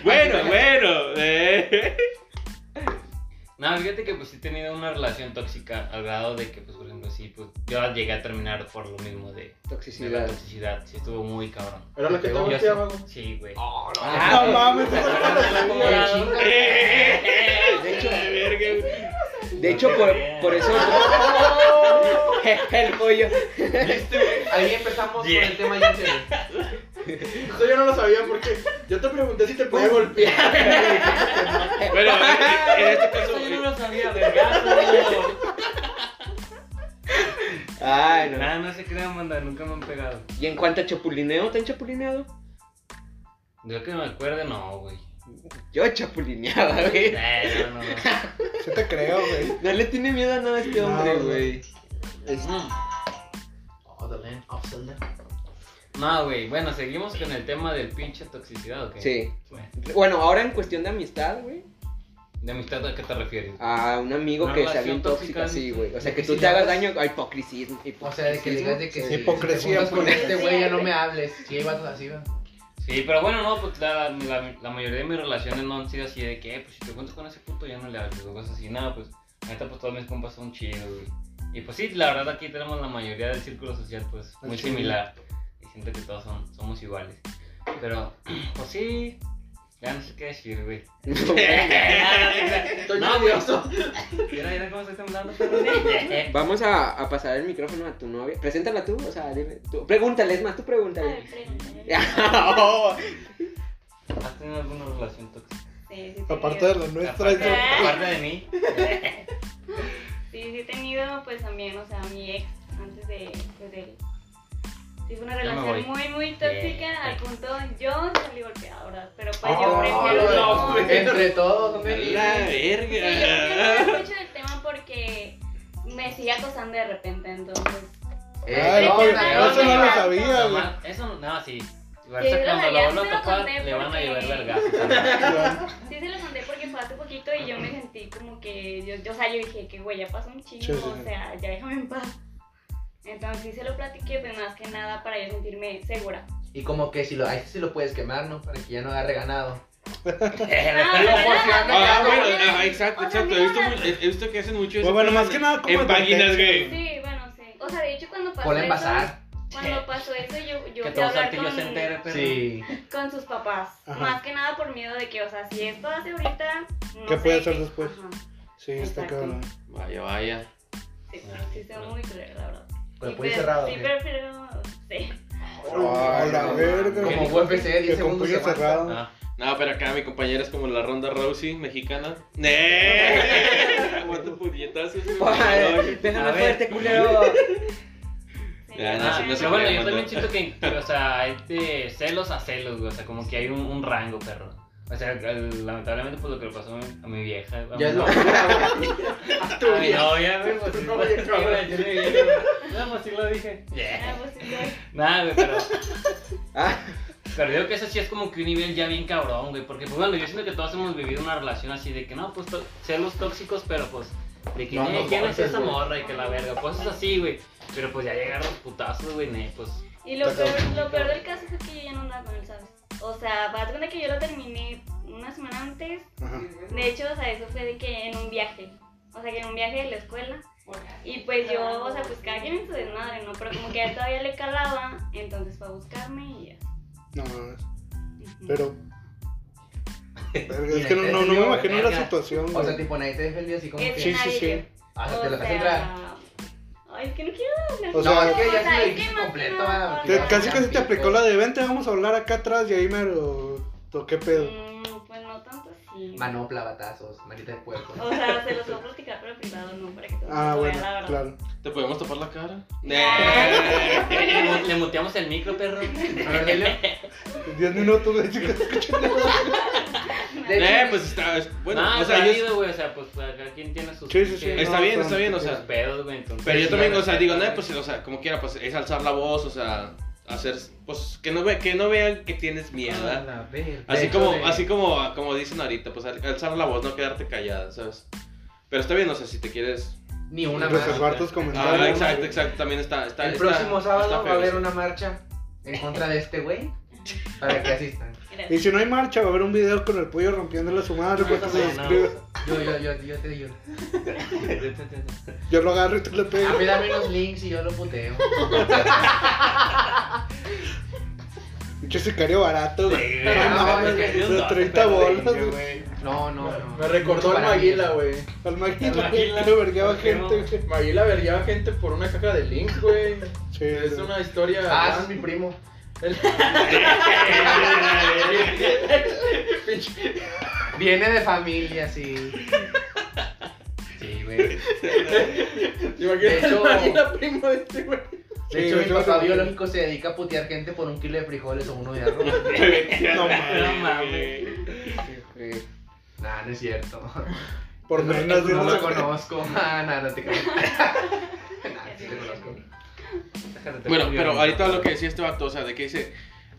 S5: bueno, bueno. eh.
S6: No, fíjate que pues sí he tenido una relación tóxica al grado de que, pues, por ejemplo, sí, pues yo llegué a terminar por lo mismo de, de la
S3: Toxicidad.
S6: toxicidad. Sí, estuvo muy cabrón.
S4: Era la que te
S6: Yo
S4: volteaba,
S6: sí-
S4: güey.
S6: Sí, güey.
S1: Oh, no.
S3: Ah,
S2: No mames,
S6: Hasta
S2: esa
S6: cuando
S2: cosa
S6: estuvo
S2: la sabía.
S6: morado.
S3: De hecho,
S5: Ay, verga, güey.
S3: de hecho por, por eso. el pollo.
S1: Ahí empezamos
S6: Yeah.
S1: con el tema ya en serio.
S4: Eso yo no lo sabía porque yo te pregunté si te podía golpear.
S5: Bueno, en- en este caso,
S6: Eso yo no
S5: eh,
S6: lo sabía, vergazo.
S3: Ay, no.
S6: Nada, no se crean, banda, nunca me han pegado.
S3: ¿Y en cuanto a chapulineo? ¿Te han chapulineado?
S6: Yo que me acuerde, no, güey.
S3: Yo chapulineaba, güey.
S6: Eh, no, no, no.
S2: Sí te creo, güey.
S3: No le tiene miedo a nada a este
S2: No,
S3: hombre,
S2: no.
S3: güey. Es-
S1: Oh, the land of Zelda.
S6: No, güey. Bueno, seguimos con el tema del pinche toxicidad, ¿o qué?
S3: Sí.
S6: Bueno,
S3: Bueno, ahora en cuestión de amistad, güey.
S6: ¿De amistad a qué te refieres?
S3: A un amigo
S6: Una
S3: que sea bien
S6: relación
S3: tóxica,
S6: tóxica,
S3: sí, güey. O sea,
S1: de
S3: que
S1: que
S3: tú
S1: si
S3: te
S1: ya
S3: hagas
S1: vas-
S3: daño. Ay, hipocrisismo.
S1: O sea, de que le digas de que si- si
S2: Hipocresía
S1: te juntas con
S2: pura.
S1: este güey ya no me hables. Si hay vatos así, va.
S6: Sí, pero bueno, no, pues la, la, la mayoría de mis relaciones no han sido así de que, eh, pues si te cuentas con ese puto ya no le hablo, cosas así, nada, pues, neta, pues todos mis compas son chidos, güey. Y pues sí, la verdad aquí tenemos la mayoría del círculo social, pues, muy
S2: chido.
S6: similar. Y siento que todos son, somos iguales. Pero, pues sí, ya no sé qué decir, güey.
S5: Ah,
S4: Estoy
S6: No, güey.
S4: nervioso.
S6: Mira, mira cómo estoy temblando, perro.
S3: Vamos a, a pasar el micrófono a tu novia. Preséntala tú, o sea, dime. Tú. Pregúntale, es más, tú
S7: A
S3: pregúntale.
S7: ver, pregúntale.
S3: Oh,
S6: ¿Has tenido alguna relación tóxica?
S7: Sí, sí, sí,
S2: Aparte de la nuestra,
S6: Aparte-
S2: yo-
S6: aparte de mí.
S7: Sí, sí he tenido, pues también, o sea, mi ex, antes de, pues, de él. Sí, fue una
S6: Ya me
S7: relación
S6: voy.
S7: muy, muy tóxica,
S6: Bien.
S7: al punto yo salí golpeada, ¿verdad? Pero pues
S1: Oh,
S7: yo prefiero
S1: no, pues,
S7: no.
S1: güey. Entre todos, hombre. Eh,
S5: la
S7: Sí, yo prefiero no hablar
S5: verga.
S7: mucho del tema porque me sigue acosando de repente, entonces.
S2: Ay, no,
S7: no,
S2: eso no lo
S7: no.
S2: sabía, güey.
S6: Nomás- Eso no, sí.
S7: Sí,
S6: Verse
S7: lo
S6: cuando lo
S7: sabía,
S6: van
S7: sí
S6: a
S7: lo
S6: topar,
S7: conté
S6: le van a
S7: porque-
S6: llevar vergazos.
S7: Sí se lo conté porque fue hace poquito y yo me sentí como que, yo, yo, o sea, yo dije que güey, ya pasó un chingo,
S2: Sí, sí, sí.
S7: o sea, ya déjame en paz. Entonces sí se lo platiqué, pues más que nada para yo sentirme segura.
S1: Y como que si lo, ahí sí lo puedes quemar, ¿no? Para que ya no agarre ganado.
S4: Ah,
S5: Ah,
S7: Ah,
S5: bueno, ah, exacto, exacto. He visto, mu- he- he visto que hacen mucho eso.
S2: Pues bueno,
S5: en-
S2: más que nada como
S5: En páginas,
S2: contexto.
S5: güey.
S7: Sí, bueno, sí. O sea, de hecho cuando pasó
S1: Ponle en
S7: eso,
S1: pasar.
S7: cuando pasó eso yo, yo
S6: Que
S7: fui a
S6: todos
S7: hablar
S6: antes yo se
S7: con,
S6: entere, pero.
S1: Sí.
S7: con sus papás.
S2: Ajá.
S7: Más que nada por miedo de que, o sea, si esto hace ahorita, no
S2: ¿Qué
S7: sé
S2: puede hacer después?
S7: Ajá.
S2: Sí, está
S7: Exacto.
S2: cabrón.
S5: Vaya, vaya.
S7: Sí, pero sí, son muy culeros, la verdad.
S1: Con el
S7: Sí,
S1: puño
S7: pero-
S1: cerrado. ¿eh?
S7: Sí,
S1: ¿qué?
S7: prefiero, sí.
S2: A la verga.
S1: Como
S2: güey.
S1: UFC, 10
S2: Que con
S1: segundos
S2: puño
S1: se va.
S2: cerrado.
S6: Ah,
S5: No, pero acá mi compañera es como la ronda Rousey mexicana. ¡Nee! Aguanta puñetazos.
S3: Ay,
S6: A
S3: Déjame
S6: ver.
S3: fuerte, culero.
S7: sí.
S5: Ya, no, sí, no se
S6: ah, pero bueno,
S5: puede,
S6: yo también
S5: no.
S6: siento que, que, o sea, hay de celos a celos, güey. O sea, como que hay un, un rango, perro. O sea, el- lamentablemente, pues lo que le pasó a mi, a mi vieja. a
S1: Ya
S6: mi
S1: es lo
S6: novia.
S4: A tu
S6: A mi
S4: vieja.
S6: novia, güey, pues.
S4: Tu
S6: sí,
S4: novia,
S6: pues,
S4: cabrón.
S6: iba a decir mi vieja, güey. No, pues sí lo dije.
S7: Ah,
S6: Yeah.
S7: pues sí, güey.
S6: Nada, güey, pero.
S3: Ah,
S6: Pero digo que eso sí es como que un nivel ya bien cabrón, güey. Porque, pues, bueno, yo siento que todos hemos vivido una relación así de que, no, pues, to- celos tóxicos, pero, pues, de que,
S1: No, no
S6: eh, ¿quién es
S1: manches,
S6: esa
S1: güey.
S6: morra? Y que la verga, pues, es así, güey. Pero, pues, ya llegaron los putazos, güey, ne, pues.
S7: Y lo
S2: Está
S7: peor,
S2: cabrón.
S7: lo peor del caso fue que yo ya no andaba con él, ¿sabes? O sea, para cuenta que yo lo terminé una semana antes.
S2: Ajá.
S7: De hecho, o sea, eso fue de que en un viaje. O sea, que en un viaje de la escuela. Y pues yo, o sea, pues cada quien en su desmadre, ¿no? Pero como que a él todavía le calaba, entonces fue a buscarme y ya.
S2: No mames.
S7: Ujú.
S2: Pero. Verga,
S1: Y
S2: es que no,
S1: nadie te
S2: no, no me
S1: defendió,
S2: imagino la
S1: verga.
S2: situación,
S1: O sea,
S2: güey.
S1: tipo, nadie te defendió así como
S7: Es
S1: que.
S7: que
S2: Sí, sí,
S7: nadie
S2: sí.
S7: dio.
S1: Ah,
S7: O
S1: te la dejaste
S7: sea,
S1: entrar.
S7: Ay, es que no quiero hablar.
S2: O
S1: No,
S2: sea,
S1: es que
S7: o sea,
S1: ya
S7: es
S1: se
S7: que
S1: lo dijiste
S7: más que
S1: completo.
S7: nada,
S1: va,
S7: o
S2: Te-
S7: sea,
S2: casi casi te aplicó la de vente, vamos a hablar acá atrás y ahí me lo. ¿o ¿Qué pedo?
S7: Mm, pues no tanto así.
S1: Manopla, batazos, manita de puerco.
S7: O sea, se los voy a platicar pero privado, no, para que todo
S2: Ah,
S7: el mundo
S2: bueno,
S7: vea la verdad.
S2: claro.
S5: ¿Te podemos tapar la cara?
S7: Ay.
S6: Le, mu- le muteamos el micro, perro.
S1: A ver, dilo.
S2: Diez minutos de chicas escuchando.
S1: De hecho,
S5: Eh, pues está. es- Bueno,
S6: no,
S5: o sea, yo-
S6: válido, güey. O sea, pues cada quien tiene sus,
S2: Sí, sí, sí.
S6: sus
S5: Está bien, está bien, o sea.
S6: pedos, güey. entonces-
S5: Pero yo
S6: sí,
S5: también,
S6: la
S5: o sea,
S6: verdad,
S5: digo,
S6: güey.
S5: no, pues, o sea, como quiera, pues es alzar la voz, o sea, hacer. Pues que no, ve, que no vean que tienes miedo,
S1: A
S5: ¿verdad?
S1: la verga.
S5: Así
S1: De hecho,
S5: como,
S1: Ah, de-
S5: así como, como dicen ahorita, pues al- alzar la voz, no quedarte callada, ¿sabes? Pero está bien, o sea, si te quieres.
S1: Ni una más.
S2: Reservar tus comentarios.
S5: Ah, exacto, exacto, también está. está
S1: El
S5: está-
S1: próximo
S5: está
S1: sábado va
S5: feo
S1: a haber
S5: eso.
S1: una marcha en contra de este güey para que asistan.
S2: Y
S7: Gracias.
S2: si no hay marcha, va a haber un video con el pollo rompiéndole a su
S6: Ah,
S2: madre pues, para que se
S6: No,
S2: suscriba.
S1: Yo, yo, yo, yo te ayudo.
S2: Yo lo agarro y tú le
S1: A
S2: pego.
S1: mí dame unos links y yo lo puteo.
S2: Pinche sicario barato, güey.
S6: Sí,
S2: No,
S6: güey,
S1: no,
S2: mames,
S1: es que
S6: es un
S2: de
S6: doce,
S2: 30
S6: pero
S2: bolas,
S6: veinte,
S2: güey.
S1: No, no, no.
S4: Me recordó
S1: Mucho
S4: al
S1: para mí.
S4: Maguila, güey.
S2: Al maquila,
S6: Al
S2: güey.
S6: Maguila.
S2: Que lo vergueaba
S6: ¿Por qué no?
S2: gente, güey.
S4: Maguila vergueaba gente por una caja de links, güey.
S2: Sí,
S4: Es
S2: güey.
S4: una historia.
S1: Ah, ese es mi primo.
S4: El- Pinche-
S1: Viene de familia, sí. Sí, güey.
S4: ¿Te imaginas
S1: De hecho-
S4: el Maguila primo de este güey?
S1: De
S2: Sí,
S1: hecho,
S2: yo
S1: mi
S2: creo
S1: papá
S2: que-
S1: biológico se dedica a putear gente por un kilo de frijoles o uno de arroz.
S2: No
S6: No
S2: mames.
S6: mames.
S1: Nah, no es cierto.
S2: Por
S1: No,
S2: menos de
S1: no
S2: una
S1: lo conozco. Ah, nah, no te creo. Nah, sí te conozco.
S5: Bueno, pero ahorita lo que decía este vato, o sea, de que dice.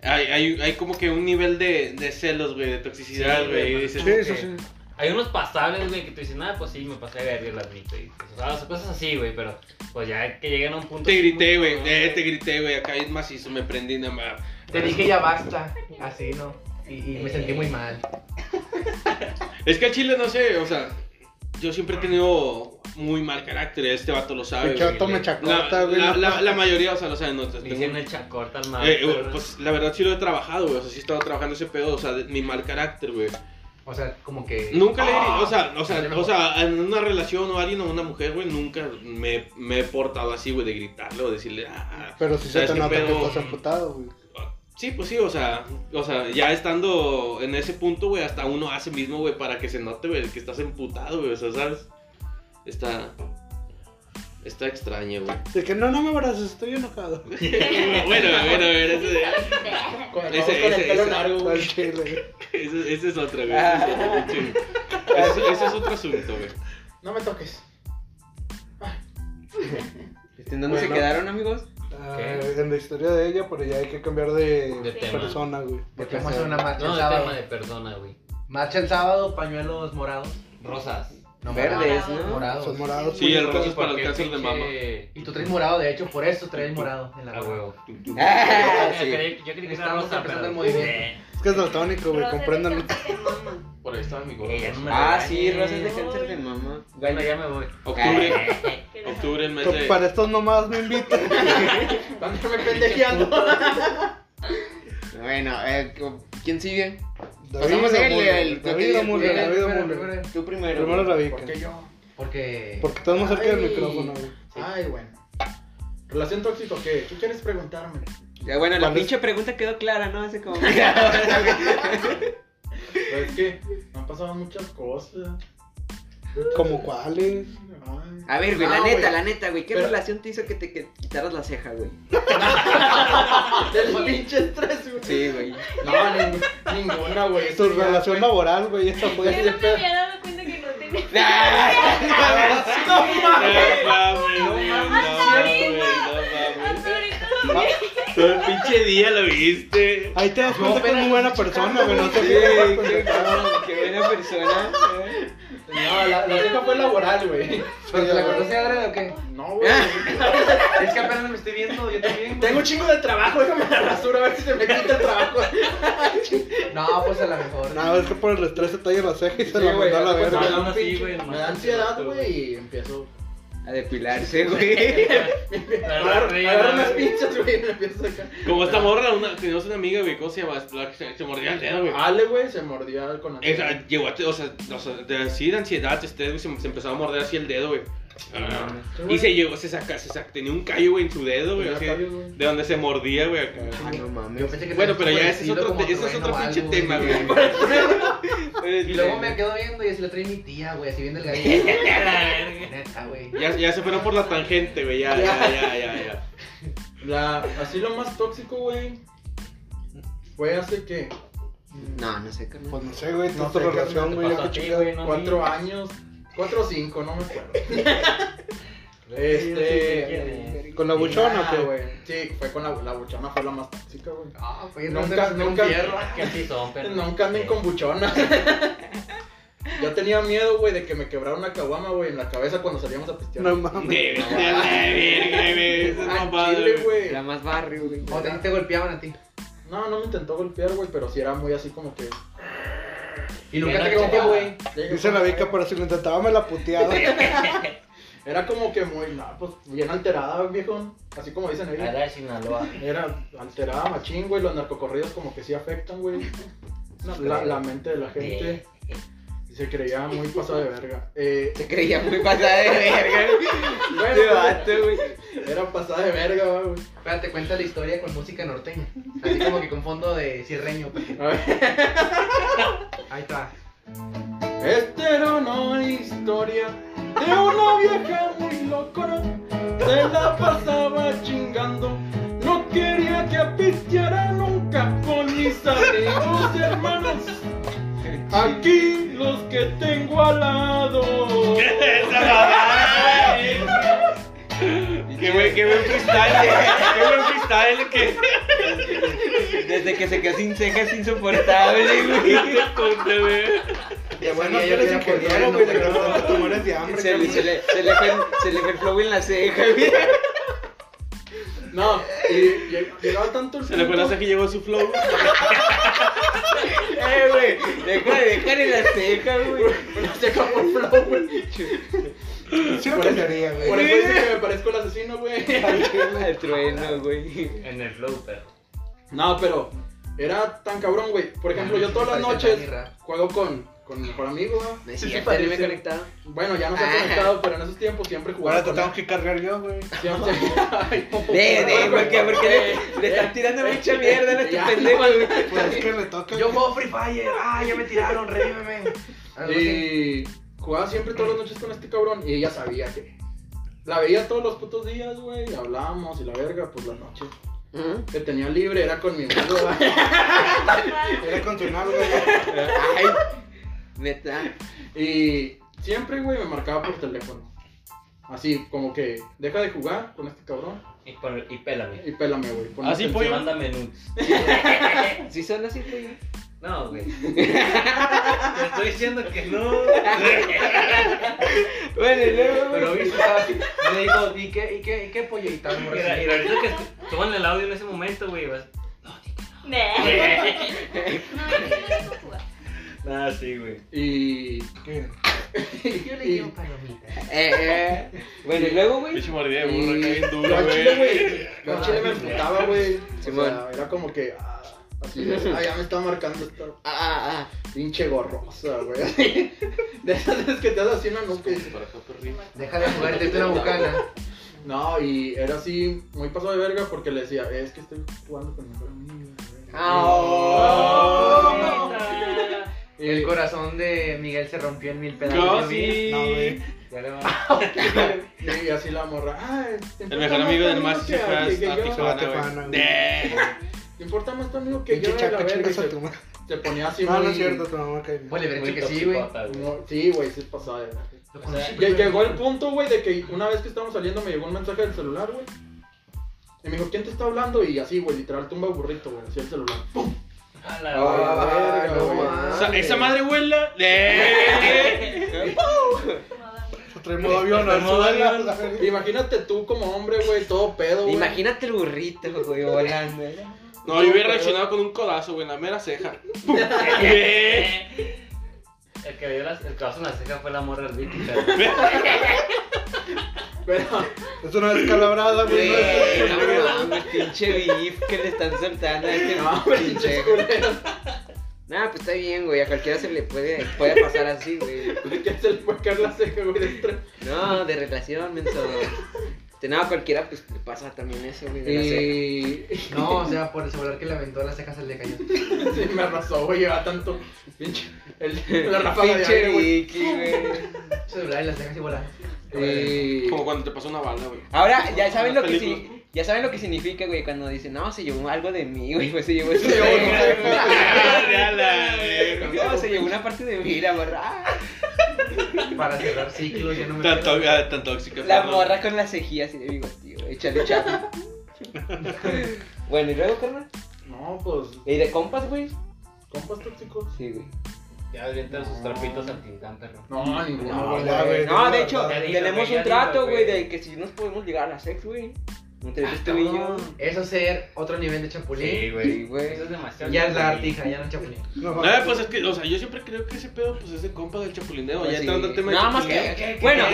S5: Hay, hay, hay como que un nivel de, de celos, güey, de toxicidad,
S6: Sí,
S5: güey. y
S6: güey,
S5: dices,
S2: Sí, sí, sí.
S6: Hay unos pasables, güey, que tú dices, nada, pues sí, me pasé de verga y lo admito. Y, pues, o sea, las cosas así, güey, pero pues ya que llegan a un punto.
S5: Te
S6: así
S5: grité,
S6: muy
S5: güey,
S6: cabrón,
S5: eh, te grité, güey, acá es macizo, me prendí nada más.
S1: Te dije ya basta. Así, ¿no? Y, y me sentí muy mal.
S5: Es que al chile, no sé, o sea, yo siempre he tenido muy mal carácter, este vato lo sabe.
S2: El
S5: güey.
S2: chato me
S5: La,
S2: chacota, güey.
S5: la-
S2: no
S5: la- la mayoría, o sea, lo saben, no te-
S6: Le
S5: tengo-
S6: Dicen el chacorta al mar.
S5: Eh, güey, pues la verdad sí lo he trabajado, güey, o sea, sí he estado trabajando ese pedo, o sea, de- mi mal carácter, güey.
S1: O sea, como que.
S5: Nunca le he o sea, o sea, o sea, en una relación o alguien o una mujer, güey, nunca me, me he portado así, güey, de gritarle o decirle, ah,
S2: Pero si se
S5: ¿Sabes
S2: te
S5: qué
S2: nota que
S5: pedo?
S2: estás amputado, güey.
S5: sí, pues sí, o sea, o sea, ya estando en ese punto, güey, hasta uno hace mismo, güey, para que se note, güey, que estás emputado, güey, o sea, ¿sabes? Está, está extraño, güey.
S2: De que no, no me abraces, estoy enojado. güey.
S5: bueno, bueno, bueno, ese,
S4: Con,
S5: Ese-
S4: vamos con
S5: ese-
S4: el pelo
S5: ese.
S4: largo,
S2: Al
S4: güey.
S2: chile, güey.
S5: ese- ese es otro, güey,
S3: Ah.
S5: ese es otro pinche- ese- ese es otro asunto, güey.
S4: No me toques.
S3: ¿En dónde se
S2: Bueno.
S3: quedaron, amigos?
S2: Ah,
S6: ¿Qué?
S2: en la historia de ella, pero ya hay que cambiar de,
S6: De tema.
S2: persona, güey.
S1: Porque vamos a hacer una marcha
S6: No,
S1: el
S6: el
S1: sábado.
S6: tema de perdona, güey.
S1: Marcha el sábado, pañuelos morados.
S6: Rosas.
S1: No,
S3: Verdes,
S1: morados,
S5: Ah,
S3: ¿no?
S1: Morados.
S2: Son morados.
S5: Sí, el
S2: güey.
S5: rosa es para el
S6: Porque
S5: cáncer de
S6: pinche-
S5: mama.
S1: Y tú traes morado, de hecho, por eso traes morado en la
S5: Ah,
S6: A
S1: mano.
S6: huevo.
S3: Ah,
S6: Yo
S3: sí.
S6: creí- Yo creí que era
S1: Estamos
S6: rosa,
S1: empezando
S6: pero.
S1: el movimiento.
S2: Es que es daltónico, güey, compréndanlo.
S5: Por ahí está mi gorro.
S6: Eh, ya no me
S3: Ah,
S6: regañes.
S3: sí, rosas de cáncer de mamá.
S6: Bueno, ya me voy.
S5: Octubre,
S7: Octubre.
S5: octubre, el mes de...
S2: Para estos nomás me invitan.
S4: Tanto me pendejeando.
S3: Bueno, eh, ¿quién sigue?
S2: David
S3: Pasamos el-
S2: Amore,
S3: el-
S2: David Amore,
S3: el-
S2: David
S1: Espera,
S2: Amore.
S1: espera.
S3: Tú primero.
S2: Primero la vica.
S4: ¿Por qué yo?
S1: Porque.
S2: Porque estás más cerca del
S4: Ay.
S2: micrófono, güey.
S4: Ay, bueno. ¿Relación tóxico qué? ¿Qué quieres preguntarme?
S3: Ya, bueno, la
S2: ¿Cuál es?
S3: pinche pregunta quedó clara, ¿no? Hace como.
S4: Pues es que me han pasado muchas cosas.
S2: ¿Como cuáles?
S4: Ay.
S3: A ver, güey, la
S4: No,
S3: neta,
S4: güey.
S3: la neta, güey. ¿Qué
S4: Pero-
S3: relación te hizo que te que- quitaras la ceja, güey?
S4: Del pinche estrés, güey.
S3: Sí, güey.
S4: No, nin- ninguna, güey. Eso
S2: Tu
S4: Este ya
S2: relación
S4: fue-
S2: laboral, güey, esa
S7: Yo
S2: fue.
S7: no me había dado cuenta que no tenía.
S1: Ah.
S4: No mames.
S7: Hasta ahorita lo
S2: Ah,
S5: Todo el pinche día lo viste.
S2: Ahí te das cuenta que es muy buena persona, güey, no te
S3: Sí,
S2: fijas,
S3: qué,
S2: güey.
S3: qué buena persona. eh.
S4: No, la, la ceja fue laboral, güey.
S1: ¿Pero te la cortaste adrede o qué?
S4: No, güey.
S1: Es que apenas me estoy viendo, yo también. güey.
S4: Tengo un chingo de trabajo, déjame la basura a ver si se me quita el trabajo.
S1: No, pues a lo mejor.
S2: No, es que por el estrés se talla la ceja y se
S4: Sí,
S2: la
S4: güey,
S2: mandó a la
S4: hace cuenta
S2: verga.
S4: que me da un
S6: Así,
S4: pinche-
S6: güey,
S4: Me
S6: nomás
S4: da
S6: así,
S4: ansiedad,
S6: güey.
S4: güey, y empiezo.
S3: a depilarse, güey.
S6: Agarra arriba,
S4: Agarra
S6: ¿no?
S4: unas pinzas, güey, y me empiezas acá.
S5: Como esta morra, una, teníamos una amiga, güey, ¿cómo se llama? La que se, se mordía el dedo, güey.
S4: Ale, güey, se mordió al con
S5: Esa, ah, llegó a, te- o sea, o sea, de así de ansiedad, este, güey, se, se empezó a morder así el dedo, güey. Ah. Y se llegó, se saca, se saca, tenía un callo, güey, en su dedo, güey,
S4: Tenía
S5: así,
S4: callos, güey.
S5: de donde se mordía, güey. acá.
S3: Ah, no
S1: Yo
S3: mames.
S1: pensé que tenías
S5: Bueno, pero
S1: como
S5: ya
S1: el
S5: ese es
S1: estilo
S5: otro,
S1: como
S5: te- ese es
S1: trueno
S5: otro
S1: o
S5: pinche
S1: algo,
S5: tema, Este, güey.
S1: Y luego me quedo viendo y así la trae mi tía, güey, así bien
S6: A
S1: delgadita.
S6: la verga.
S1: Neta, güey.
S5: Ya, ya se fueron por la tangente, güey, ya, ya, ya, ya, ya.
S4: La, así lo más tóxico, güey, fue hace que
S3: No, no sé, carnal.
S2: Pues no sé, güey,
S4: No
S2: tu
S4: sé, ¿qué
S2: relación,
S4: te
S2: güey,
S6: pasó
S2: ya
S6: a
S2: que
S6: ti,
S2: chingada.
S6: güey? No,
S4: cuatro
S6: mí.
S4: años, cuatro o cinco, no me acuerdo. este,
S2: Con la
S4: Ah,
S2: buchona, pues, o qué?
S4: güey. Sí, fue con la, la buchona, fue la más tóxica, güey.
S1: Ah, pues
S4: Nunca,
S1: no
S4: nunca.
S6: Que así son, pero.
S4: Nunca anden con buchona. Yo tenía miedo, güey, de que me quebrara una caguama, güey, en la cabeza cuando salíamos a pistear.
S2: No mames.
S5: De de la verga, güey, eso es
S1: Ah,
S4: Al
S5: mamada,
S4: chile,
S5: güey.
S4: güey.
S3: Era más barrio, güey.
S1: O también te golpeaban a ti.
S4: No, no me intentó golpear, güey, pero sí era muy así como que.
S1: Y nunca te
S6: Era
S1: golpeó,
S6: como-
S1: güey.
S2: Dice la beca, pero si lo intentaba me la puteaba.
S4: Era como que muy, no, pues bien alterada, viejo. Así como dicen
S6: A
S4: ellos.
S6: la de Sinaloa.
S4: Era alterada, machín, güey. Los narcocorridos como que sí afectan, güey. La, la mente de la gente. Y se creía muy pasada de verga. Eh,
S3: Se creía muy pasada de verga, güey.
S4: bueno,
S3: Este vato, güey.
S4: era pasada de verga, güey.
S1: Espérate, cuenta la historia con música norteña. Así como que con fondo de sirreño. porque-
S4: A ver.
S1: Ahí está.
S4: Esta era una historia de una vieja muy locura. Se la pasaba chingando. No quería que pisteara nunca con mis amigos y hermanos. Aquí los que tengo al lado.
S5: Esa mamada, güey. Qué buen, qué buen freestyle, eh. qué buen freestyle que
S3: Desde que se quedó sin ceja es insoportable, güey.
S5: te conté, güey.
S2: Qué bueno
S1: sabía
S2: que
S1: yo
S2: eres
S1: que era
S2: ingeniero,
S1: portero, no,
S2: güey, de que
S1: pero-
S2: no te mueres de hambre.
S3: Se le, se, le, se, le fue, el- se le fue el flow en la ceja, güey.
S4: No, y lleg- llegaba tanto el
S5: Se le fue la
S4: punto-
S5: ceja y llegó su flow.
S3: Eh, güey. Déjale, déjale la ceja, güey.
S4: la ceja por flow, güey.
S2: cabrón. Sí lo
S4: Por eso-
S2: cambiaría,
S4: Por
S2: güey.
S4: eso dice que me parezco el asesino, güey.
S3: Al trueno, güey.
S6: En el flow, perro.
S4: No, pero era tan cabrón, güey. Por ejemplo, yo todas las
S1: Parece
S4: noches
S1: Dani Ra.
S4: juego con, con mi mejor amigo, ¿no?
S3: No es
S4: Sí, sí
S3: cierto,
S4: parece.
S3: no me he conectado.
S4: Bueno, ya no se ha conectado, pero en esos tiempos siempre jugaba
S2: Ahora te
S4: con
S2: tengo
S4: él.
S2: que cargar yo, güey.
S4: Siempre... Ay, no,
S3: De, de,
S4: bueno,
S3: porque,
S4: bueno,
S3: porque
S4: eh,
S3: le, le están tirando mucha mierda a este
S4: Ya.
S3: pendejo, güey.
S2: Pues es que le toca.
S1: Yo juego Free Fire. Ah, ya me tiraron, revíveme. Algo así.
S4: Y jugaba siempre todas las noches con este cabrón y ella sabía que... La veía todos los putos días, güey, y hablábamos y la verga, pues las noches que tenía libre era con mi amigo.
S2: Era con tu nalga, güey.
S3: Ay, neta.
S4: Y siempre, güey, me marcaba por teléfono. Así, como que, deja de jugar con este cabrón
S6: Y, por, y pélame.
S4: y pélame, güey. pon
S5: Así,
S4: atención.
S5: Ah, pollo.
S6: Mándame nudes.
S3: ¿Sí son así, güey?
S6: No, güey. Te estoy diciendo que no.
S3: Bueno, y luego, güey.
S1: Pero viste, estaba así. Le digo, ¿y qué, y qué, y qué pollerita? amor?
S6: Mira, y ahorita que escu- suban el audio en ese momento, güey, vas.
S7: Nah. No, yo no dejo jugar.
S6: Nada, sí, güey.
S4: Y
S2: ¿Qué?
S1: Yo le llevo palomitas.
S3: Eh, eh. Bueno, y luego, güey.
S5: Pinche mordida de burro acá bien
S4: Yo
S5: duro,
S4: al chile,
S5: güey.
S4: güey. Yo al chile me emputaba, güey. O
S3: Simón.
S4: sea, era como que. Ah, así de. Ah, ya me está marcando esta
S3: Ah, ah, ah.
S4: pinche gorrosa, güey. así. De esas veces que te das así una nuca y dices,
S5: Para acá, perrito.
S1: Deja de jugar, te una bucana.
S4: No, y era así muy pasado de verga porque le decía, es que estoy jugando con mi mejor amigo. güey".
S3: Ah, oh.
S4: Y-
S1: El corazón de Miguel se rompió en mil pedazos.
S5: Yo
S1: yo vi.
S5: sí.
S2: No, güey.
S6: Ya le va.
S4: Y así la morra. Ah, ¿te
S5: El
S4: importa
S5: mejor
S4: más
S5: amigo
S4: tu
S5: del más
S4: que-
S5: se fue
S4: que- que
S5: hasta
S4: yo?
S5: Tijuana,
S2: Tijuana,
S5: güey.
S2: güey.
S5: De-
S4: ¿Te importa más tu amigo que yo?
S2: Pinche
S4: de la
S2: chaca,
S4: verga? Y
S2: chingas a
S4: se,
S2: tu madre.
S4: se ponía así
S2: No, no
S4: muy-
S2: es cierto, tu mamá cae bien.
S1: Huele,
S6: Muy
S1: verga, que sí, güey.
S6: toxicota, güey.
S4: muy- Sí, güey, sí es pasada de verga.
S1: Lo conocí
S4: Lle-
S1: primero.
S4: Llegó el punto, güey, de que una vez que estábamos saliendo me llegó un mensaje del celular, güey. Y me dijo, ¿quién te está hablando? Y así, güey, literal, tumba burrito, güey, así el celular. ¡Pum!
S6: A la
S4: Ah,
S6: verga.
S4: verga,
S1: no
S4: güey.
S1: mames.
S5: Esa- Esa madre huela. De-
S2: Trae modo avión,
S6: Trae
S2: al
S6: modo
S2: suelo,
S6: avión.
S2: la verga.
S4: Imagínate tú como hombre, güey, todo pedo, güey.
S3: Imagínate el burrito, güey, volando. ¿eh?
S5: No, yo hubiera reaccionado con un codazo, güey, en la mera ceja. ¡Pum! De-
S6: El que dio las, el caso en la ceja fue la morra del Vicky, pero-
S4: Pero,
S2: Es una descalabrada, güey. no es-
S3: Güey, no mames, pinche beef que le están soltando a este
S4: no,
S3: pinche.
S4: pinches culeros.
S3: Nah, pues está bien, güey. A cualquiera se le puede, puede pasar así, güey.
S4: Ya se le fue a caer la ceja, güey, de estrés.
S3: No, de relación, menso. Este, nada, a cualquiera pues le pasa también eso, güey. de la ceja.
S4: Y
S1: No, o sea, por el celular que le aventó a las cejas se le cayó.
S4: sí, me arrasó, güey, lleva tanto. Pinche, el, la ráfaga de
S3: Pinche
S4: aire, güey.
S3: Vicky, güey.
S1: El celular y las cejas y volaron. Eh,
S4: Y-
S5: Como cuando te pasa una bala, güey.
S3: Ahora ya saben lo
S5: Las
S3: que
S5: películas.
S3: si- ya saben lo que significa, güey, cuando dicen, "No, se llevó algo de mí, güey, pues se llevó eso."
S4: Se llevó una
S3: No, se llevó una parte de mí, la morra. Ah,
S1: Para cerrar ciclos, ya no me.
S5: Tan, to- ah, tan tóxica.
S3: La
S5: perdón.
S3: morra con las cejillas y le digo, "Tío, échale chapi." bueno, y luego, carnal,
S4: No, pues,
S3: ¿y de compas, güey?
S4: compas tóxicos.
S3: Sí, güey.
S6: Ya avientan sus trapitos al tintán, perro.
S4: No, ninguno,
S2: No,
S4: güey.
S2: ya, güey.
S3: No, de hecho,
S6: Ya dilo,
S3: tenemos
S6: güey, ya
S3: un trato,
S6: dilo,
S3: güey,
S6: güey.
S3: de que si nos podemos llegar a la sex, güey. Entre
S1: Ah,
S3: tú y yo.
S1: cabrón. Eso es ser otro nivel de chapulín.
S6: Sí,
S3: Sí,
S6: güey.
S3: güey.
S6: Eso es demasiado.
S1: ya es la
S6: güey.
S1: artija, ya no es chapulín.
S2: No,
S5: No, pues es que, o sea, yo siempre creo que ese pedo, pues es de compa del chapulineo.
S3: Pues
S5: ya
S3: sí.
S5: entrando el tema de
S3: Nada más
S5: chapulineo.
S3: que. Bueno.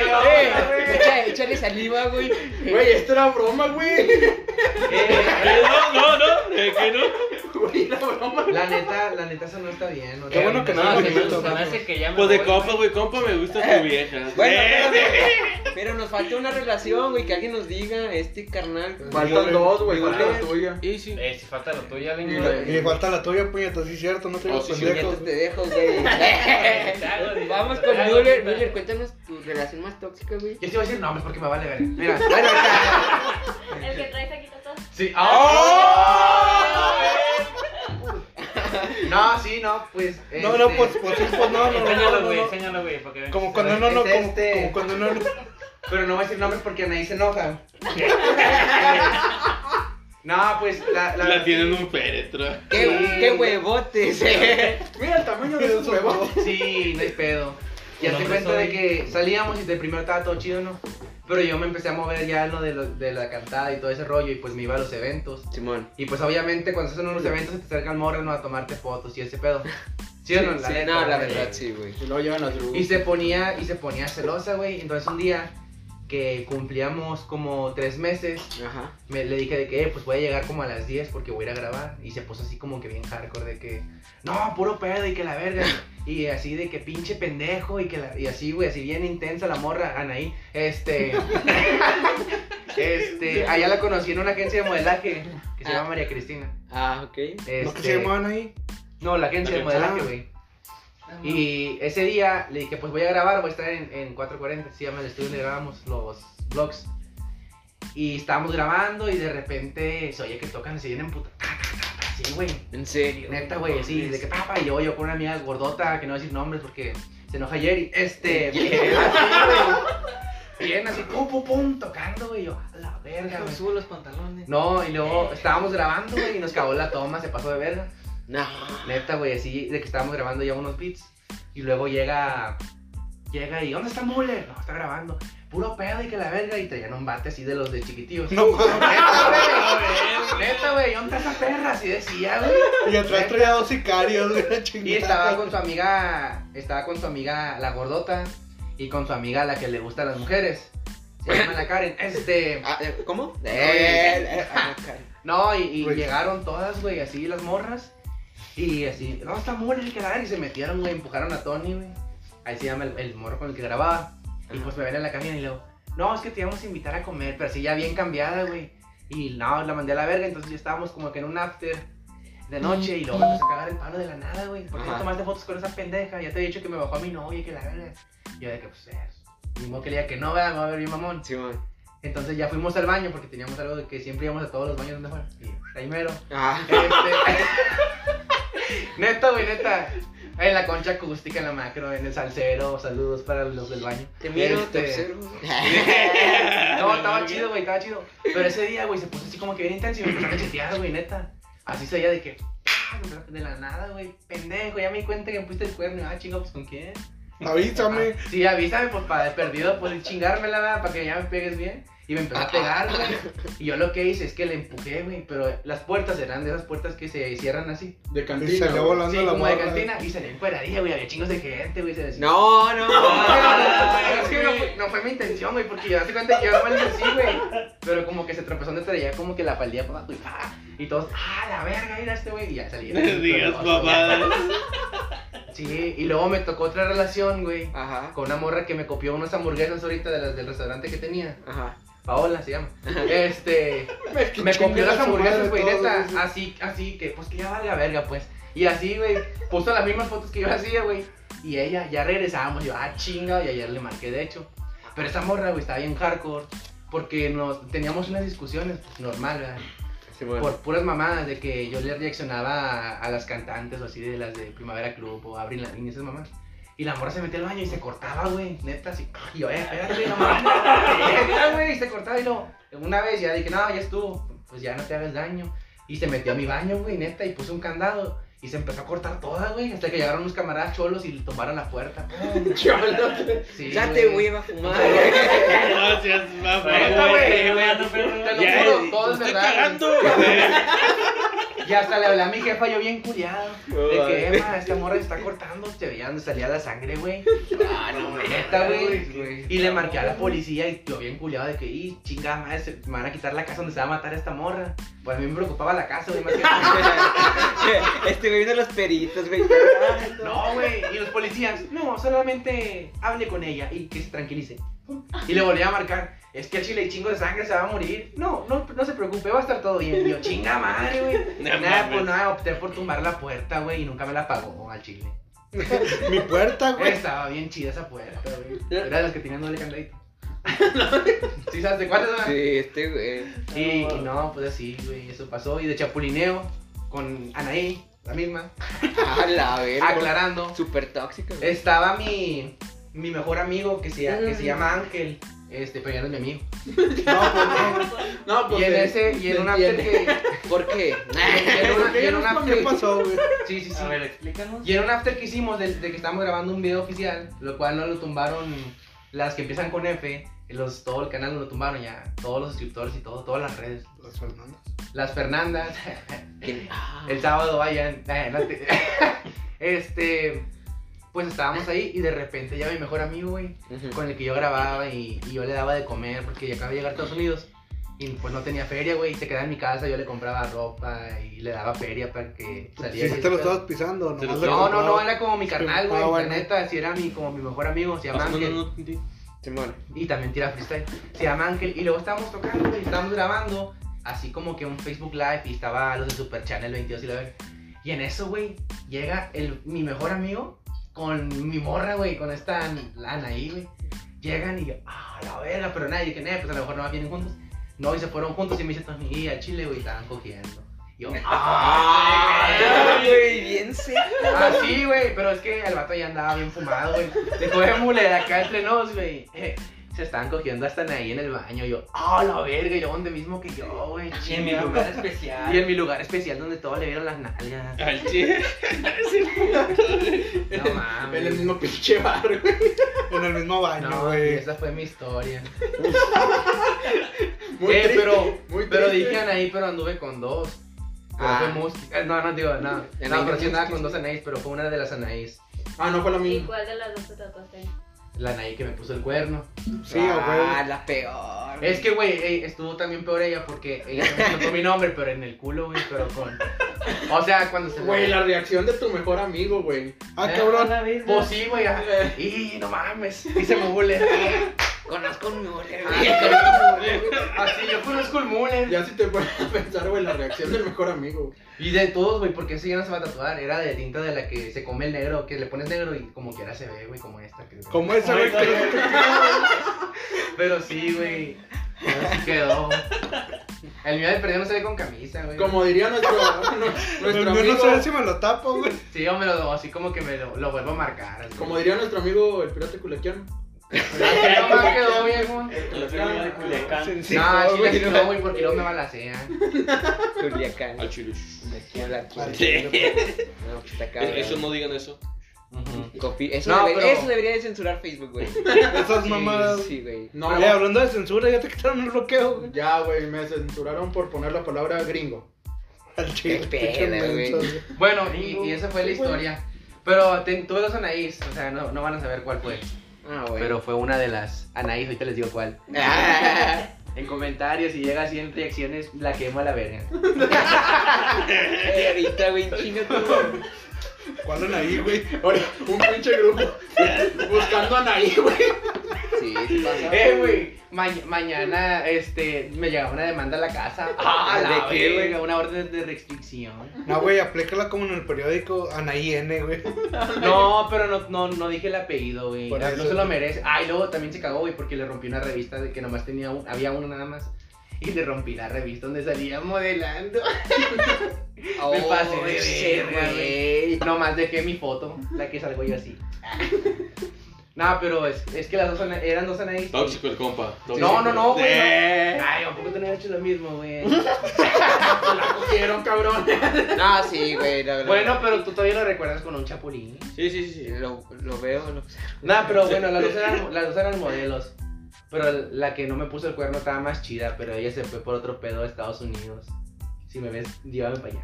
S3: Eh, echa- Échale saliva, güey.
S4: Güey, esto era broma, güey.
S5: Eh, no, no, no, eh, que no.
S4: Güey, era broma.
S1: La neta, la neta, eso no está bien. ¿no?
S2: Qué bueno que
S6: No,
S2: nada,
S6: se me-
S2: güey.
S6: se me hace que ya me
S5: Pues de
S6: voy,
S5: compa, güey, compa, me gusta tu vieja.
S3: Bueno,
S5: Eh,
S3: pero, pero nos falta una relación, güey, que alguien nos diga, este carnal.
S4: Faltan dos, güey,
S3: Igual
S4: falta la
S3: es.
S4: tuya.
S5: Y sí.
S6: Eh, si falta lo tuyo,
S4: Y
S6: Leño.
S4: la-
S2: Y le falta la tuya, puñeta, sí, cierto, no te
S5: Oh,
S2: digas
S5: sí, sí,
S2: pendejo.
S3: puñetas te dejo, güey. Vamos con Müller.
S6: Müller,
S3: Müller, cuéntanos tu relación más tóxica, güey.
S1: Yo sí voy a decir nombres porque me vale ver.
S3: Mira, bueno, o sea,
S7: El que traes aquí tatuado.
S1: Sí.
S2: ¡Oh!
S1: ¡Ah! No, sí, no, pues.
S2: No, no,
S1: este,
S2: pues, pues, sí, pues, no, no, no, no,
S6: Enséñalo,
S2: no,
S6: güey,
S2: no.
S6: enséñalo, güey, para que vean.
S2: Como cuando no, no,
S1: Es
S2: como,
S1: este.
S2: como cuando no, no.
S1: Pero no voy a decir nombres porque nadie se enoja. No, pues la. la,
S5: La tienen un féretro.
S3: qué, qué huevotes. eh.
S4: Mira el tamaño de sus huevos.
S1: Sí, no hay pedo. Ya te cuenta de que salíamos y de primero estaba todo chido, ¿no? Pero yo me empecé a mover ya en lo de, lo- de la cantada y todo ese rollo y pues me iba a los eventos.
S3: Simón.
S1: Y pues obviamente cuando se hacen unos eventos se te acercan morras ¿no? a tomarte fotos y ese pedo. Sí, o no,
S3: Sí,
S1: neta,
S3: no, la
S1: güey.
S3: verdad, sí, güey.
S4: Y luego llevan las
S1: Y se ponía, y se ponía celosa, güey. Entonces un día que cumplíamos como tres meses,
S3: Ajá.
S1: me, le dije de que, eh, pues voy a llegar como a las 10 porque voy a ir a grabar. Y se puso así como que bien hardcore de que, no, puro pedo y que la verga. Y así de que pinche pendejo y que la... Y así, güey, así bien intensa la morra, Anaí. Este... este... Allá la conocí en una agencia de modelaje que se llama María Cristina.
S3: Ah, ok.
S2: Los que se
S1: Este,
S2: llamaban ahí.
S1: no, la agencia de
S5: Ah.
S1: modelaje, güey.
S6: Ah,
S1: Y ese día le dije, pues voy a grabar, voy a estar en, en 440, se llama el estudio donde grabamos los vlogs. Y estábamos grabando y de repente se oye que tocan, se vienen puta. Sí, güey.
S3: En serio.
S1: Neta, güey, así, de que papá, y yo, yo con una amiga gordota, que no voy a decir nombres porque se enoja Jerry, este, bien así, güey, bien así, pum, pum, pum, tocando, güey, yo, a la verga, güey.
S6: Subo los pantalones.
S1: No, y luego estábamos grabando, güey, y nos cagó la toma, se pasó de verga.
S3: No.
S1: Neta, güey, así de que estábamos grabando ya unos beats. Y luego llega. Llega y, ¿dónde está Muller? No, está grabando. Puro pedo y que la verga. Y traían un bate así de los de chiquitillos.
S2: No, mames.
S1: Neta, güey. Neta, güey, ¿dónde está esa perra? Así decía, güey.
S2: Y atrás traía dos sicarios, güey, la chingada.
S1: Y estaba con su amiga. Estaba con su amiga la gordota. Y con su amiga la que le gusta a las mujeres. Se llama la Karen. Este.
S3: Ah, eh, ¿Cómo?
S1: Eh,
S3: Eh, eh, ah, caray.
S1: No, y, y
S2: Güey.
S1: llegaron todas, güey, así las morras. Y así, no, está mole el que la verga", Y se metieron, güey, empujaron a Tony, güey. Ahí se llama el, el morro con el que grababa. Y pues me ven en la cabina y luego, no, es que te íbamos a invitar a comer, pero así ya bien cambiada, güey. Y no, la mandé a la verga, entonces ya estábamos como que en un after de noche y luego me empezó a cagar el palo de la nada, güey. ¿Por qué no
S3: Ajá.
S1: tomaste fotos con esa pendeja? Ya te he dicho que me bajó a mi novia y que la verga. Y yo de que, pues, es. Ni modo que le diga que no, ¿verdad? me va a ver bien mamón.
S3: Simón.
S1: Entonces ya fuimos al baño porque teníamos algo de que siempre íbamos a todos los baños donde fuera. Y pues, ahí mero.
S3: Ah.
S1: Este, neta, güey, neta. En la concha acústica, en la macro, en el salsero. Saludos para los del baño.
S3: Te miro,
S1: Este,
S3: te observo.
S1: No, estaba chido, güey, estaba chido. Pero ese día, güey, se puso así como que bien intenso y me empezó a cachetear, güey, neta. Así se veía de que. ¡pah! De la nada, güey. Pendejo, ya me di cuenta que me pusiste el cuerno. Ah, chingo, pues con quién.
S2: Avísame.
S1: Sí, avísame, pues para de perdido, pues chingármela, ¿verdad? para que ya me pegues bien. Y me empezó a pegar, güey. Y yo lo que hice es que le empujé, güey. Pero las puertas eran de esas puertas que se cierran así.
S4: De
S2: Y
S4: cantina.
S2: salió
S4: güey.
S2: volando
S1: sí,
S2: la
S1: como de
S2: morra.
S1: cantina. Y salió encueradilla, güey. Había chingos de gente, güey. se les-
S3: No, no.
S1: Ah, es que no fue, no fue mi intención, güey, porque yo hace cuenta que yo nomás le hice así, güey. Pero como que se tropezó donde traía como que la palilla para abajo y ¡ah! Y todos, ¡ah, la verga! Mira este güey. Y ya salía.
S5: No digas papadas.
S1: Sí, y luego me tocó otra relación, güey.
S3: Ajá.
S1: Con una morra que me copió unas hamburguesas ahorita de las del restaurante que tenía.
S3: Ajá.
S1: Paola se llama. Este. me copió las hamburguesas, güey, neta. Así, así que, pues que ya valga verga, pues. Y así, güey, puso las mismas fotos que yo hacía, güey. Y ella, ya regresábamos, yo, ah, chinga, y ayer le marqué, de hecho. Pero esa morra, güey, estaba bien hardcore. Porque nos teníamos unas discusiones, pues, normal, ¿verdad?
S3: Sí, bueno.
S1: Por puras mamadas de que yo le reaccionaba a, a las cantantes o así de las de Primavera Club o Abril Lavigne y esas mamás. Y la morra se metía al baño y se cortaba, güey, neta, así. Y yo, eh, espérate, no mames. Neta, güey, y se cortaba y lo. Una vez ya dije, no, ya estuvo, pues ya no te hagas daño. Y se metió a mi baño, güey, neta, y puso un candado. Y se empezó a cortar toda, güey, hasta que llegaron unos camaradas cholos y le tomaron la puerta. Sí,
S3: ya te
S1: güey.
S3: voy a fumar.
S5: No seas
S1: Neta,
S5: mamá.
S1: güey.
S6: Vete, güey, ando perro.
S1: Te lo
S5: Ya,
S1: juro,
S5: eh,
S1: todo es
S5: estoy
S1: verdad, güey.
S5: cagando.
S1: Y hasta le hablé a mi jefa, yo bien curiado. De que, Emma, esta morra se está cortando. Te veía donde salía la sangre, güey.
S3: Ah, no,
S1: Neta, güey.
S3: güey.
S1: Y le marqué a la policía y yo bien culiado de que, y chingada madre, se- me van a quitar la casa donde se va a matar esta morra. Pues a mí me preocupaba la casa, güey. más que-
S3: Este güey viendo los peritos, güey.
S1: No, güey. Y los policías, no, solamente hable con ella y que se tranquilice. Y le volví a marcar, es que el chile y chingo de sangre se va a morir. No, no, no se preocupe, va a estar todo bien. Y yo, chinga madre, güey.
S5: No
S1: Nada,
S5: mames.
S1: pues nada, opté por tumbar la puerta, güey, y nunca me la pagó al chile.
S2: Mi puerta, güey.
S1: Estaba bien chida esa puerta, güey. Era de las que tenían doble candadito. ¿Sí sabes de cuántas? Sí.
S3: Sí, este güey.
S1: Y, y no, pues así, güey, eso pasó. Y de chapulineo con Anaí, la misma,
S3: A la
S1: Ah,
S3: verga.
S1: aclarando.
S3: Súper tóxico. güey.
S1: Estaba mi, mi mejor amigo que se, que se llama Ángel, este, pero ya no es mi amigo.
S2: Ah.
S4: No, pues.
S1: Y en
S4: eh,
S1: ese, y en
S4: me
S1: un after
S4: entiende.
S1: que...
S3: ¿Por qué?
S1: y en una- y en un
S2: ¿Qué
S1: after-
S2: pasó, güey?
S1: Sí, sí, sí.
S6: A ver, explícanos.
S1: Y en un after que hicimos de, de que estábamos grabando un video oficial, lo cual no lo tumbaron las que empiezan con F, los, todo el canal no lo tumbaron ya, todos los suscriptores y todo, todas las redes.
S2: Las Fernandas.
S1: Las Fernandas,
S3: ¿Quién? Ah,
S1: el sábado vayan. eh, no te- este, pues estábamos ahí y de repente ya mi mejor amigo, güey,
S3: ujú.
S1: con el que yo grababa y, y yo le daba de comer porque yo acababa de llegar a Estados Unidos. Y pues no tenía feria, güey, y se quedaba en mi casa, yo le compraba ropa y le daba feria para que saliera.
S2: Si
S1: y
S2: te lo
S1: ese pedo.
S2: estabas pisando,
S5: Te lo
S2: nomás le
S1: No, no,
S2: compraba.
S1: no, era como mi carnal, güey.
S2: Ah, bueno.
S1: La neta, sí era mi, como mi mejor amigo, se llama
S5: Ah, No,
S1: Ángel.
S5: no, no, entendí.
S3: Simón.
S1: Y también tira freestyle. Se llama Ángel. Y luego estábamos tocando, güey. Estábamos grabando, así como que un Facebook Live. Y estaba los de Super Channel 22 y la ver. Y en eso, güey, llega el, mi mejor amigo con mi morra, güey, con esta lana ahí, güey. Llegan y yo, ah, la verga, pero nadie, dije, "Nah, pues a lo mejor no más vienen juntos. No, y se fueron juntos y me dice Tony, y al chile, güey, estaban cogiendo. Y yo,
S3: Ah, güey, bien seco.
S1: Ah, sí, güey, pero es que el vato ya andaba bien fumado, güey. Se coge mule de acá entre nos, güey. Eh, Se estaban cogiendo hasta ahí en el baño. Yo, ah, la verga, y yo donde mismo que yo, güey.
S6: Y en mi
S1: chinga,
S6: lugar
S1: madre.
S6: especial.
S1: Y en mi lugar especial donde todos le vieron las nalgas.
S5: Al chile.
S1: No
S4: En el
S1: mames.
S4: mismo pinche bar, güey.
S2: En el mismo baño,
S1: No, güey,
S2: güey.
S1: esa fue mi historia.
S4: Muy
S1: eh,
S4: triste,
S1: pero,
S4: muy
S1: pero
S4: triste.
S1: dije ahí, pero anduve con dos. Pero
S3: Ah.
S1: fue Muski. Eh, No, no digo, no. No,
S3: Ya no hay
S1: pero sí andaba
S3: Muski.
S1: con dos Anaís, pero fue una de las Anaís.
S4: Ah, no fue la
S7: ¿Y
S4: misma.
S7: cuál de las dos te tatuaste?
S1: La Anaí que me puso el cuerno.
S2: Sí,
S3: Ah,
S2: a
S3: la peor.
S1: Es que, güey, ey, estuvo también peor ella porque ella me tocó mi nombre, pero en el culo, güey, pero con... O sea, cuando se...
S4: Güey, la reacción de tu mejor amigo, güey.
S2: huevo. Ah, cabrón.
S1: Pues sí, güey, ah, y no mames, y se me mule.
S3: Conozco un mole,
S4: Ah,
S3: güey.
S1: Así, yo conozco el mule.
S4: Ya si te pones a pensar, güey, la reacción del mejor amigo.
S1: Y de todos, güey, porque ese ya no se va a tatuar, era de tinta de la que se come el negro, que le pones negro y como quiera se ve, güey, como esta. Que...
S2: Como esa, güey. que-
S1: Pero sí, güey, pero sí quedó. El mío de perdido no se ve con camisa, güey.
S4: Como diría nuestro, no-
S2: Yo
S4: nuestro
S2: Pues, no sé si
S4: amigo.
S2: me lo tapo, güey.
S1: Sí, yo me lo, así como que me lo, lo vuelvo a marcar. así.
S4: Como diría nuestro amigo el pirata culequiano.
S1: No, más quedó bien, güey.
S6: Los niños de Culiacán.
S2: Sencillo,
S1: no, al chile
S2: güey,
S1: sí
S2: no.
S1: no, güey, porque luego me balacean.
S3: Culiacán.
S5: Al chile.
S3: Culiacán.
S2: Al chile,
S3: No, pues, está cabrón.
S5: Eso E, no digan eso.
S6: Ujú.
S3: Copi- Eso,
S4: No,
S3: debe-
S4: pero-
S3: eso debería de censurar Facebook, güey.
S2: Esas
S3: Sí,
S2: mamadas.
S3: Sí, güey.
S4: No,
S2: Oye, hablando de censura, ya te quitaron el bloqueo, güey.
S4: ya, güey, me censuraron por poner la palabra gringo.
S2: Al chile,
S3: Qué
S2: pinche
S3: pena, güey.
S2: mensos, güey.
S1: Bueno, y, y esa fue la historia. Pero ten- tuve dos Anaís, o sea, no, no van a saber cuál fue.
S3: Ah, güey.
S1: Pero fue una de las Anaís, ahorita les digo cuál.
S3: Ah,
S1: En comentarios, si llega a 100 reacciones, la quemo a la verga.
S3: Ey, ahorita, güey, chinga tú.
S2: ¿Cuál era ahí, güey?
S4: Ahora, un pinche grupo buscando a Anaí, güey.
S3: Sí, sí pasa.
S1: Eh, güey, ma- mañana este, me llegaba una demanda a la casa.
S3: Ah, ¿de
S1: la
S3: qué,
S1: verga, Una orden de restricción.
S2: No, güey, aplícala como en el periódico Anaí N, güey.
S1: No, pero no, no, no dije el apellido, güey. Ah,
S2: Por
S1: No
S2: eso.
S1: se lo merece. Ay, luego también se cagó, güey, porque le rompí una revista de que nomás tenía un, había uno nada más. Y le rompí la revista donde salía modelando. me
S3: Oh,
S1: pasé de
S3: shit,
S1: verga,
S3: güey.
S1: Nomás dejé mi foto, la que salgo yo así. No, pero es, es que las dos ana- eran dos Anaís.
S5: Tóxico el compa. tóxico.
S1: No, no, no, güey. no.
S3: Eh.
S1: Ay, tampoco tenía hecho lo mismo, güey. la cogieron, cabrón.
S3: No, sí, güey. no, no.
S1: Bueno, pero tú todavía lo recuerdas con un chapulín.
S5: Sí, sí, sí. sí.
S3: Lo, lo veo, lo
S1: Nah, pero bueno, las dos eran, las dos eran modelos. Pero la que no me puso el cuerno estaba más chida, pero ella se fue por otro pedo a Estados Unidos. Si me ves, llévame para allá.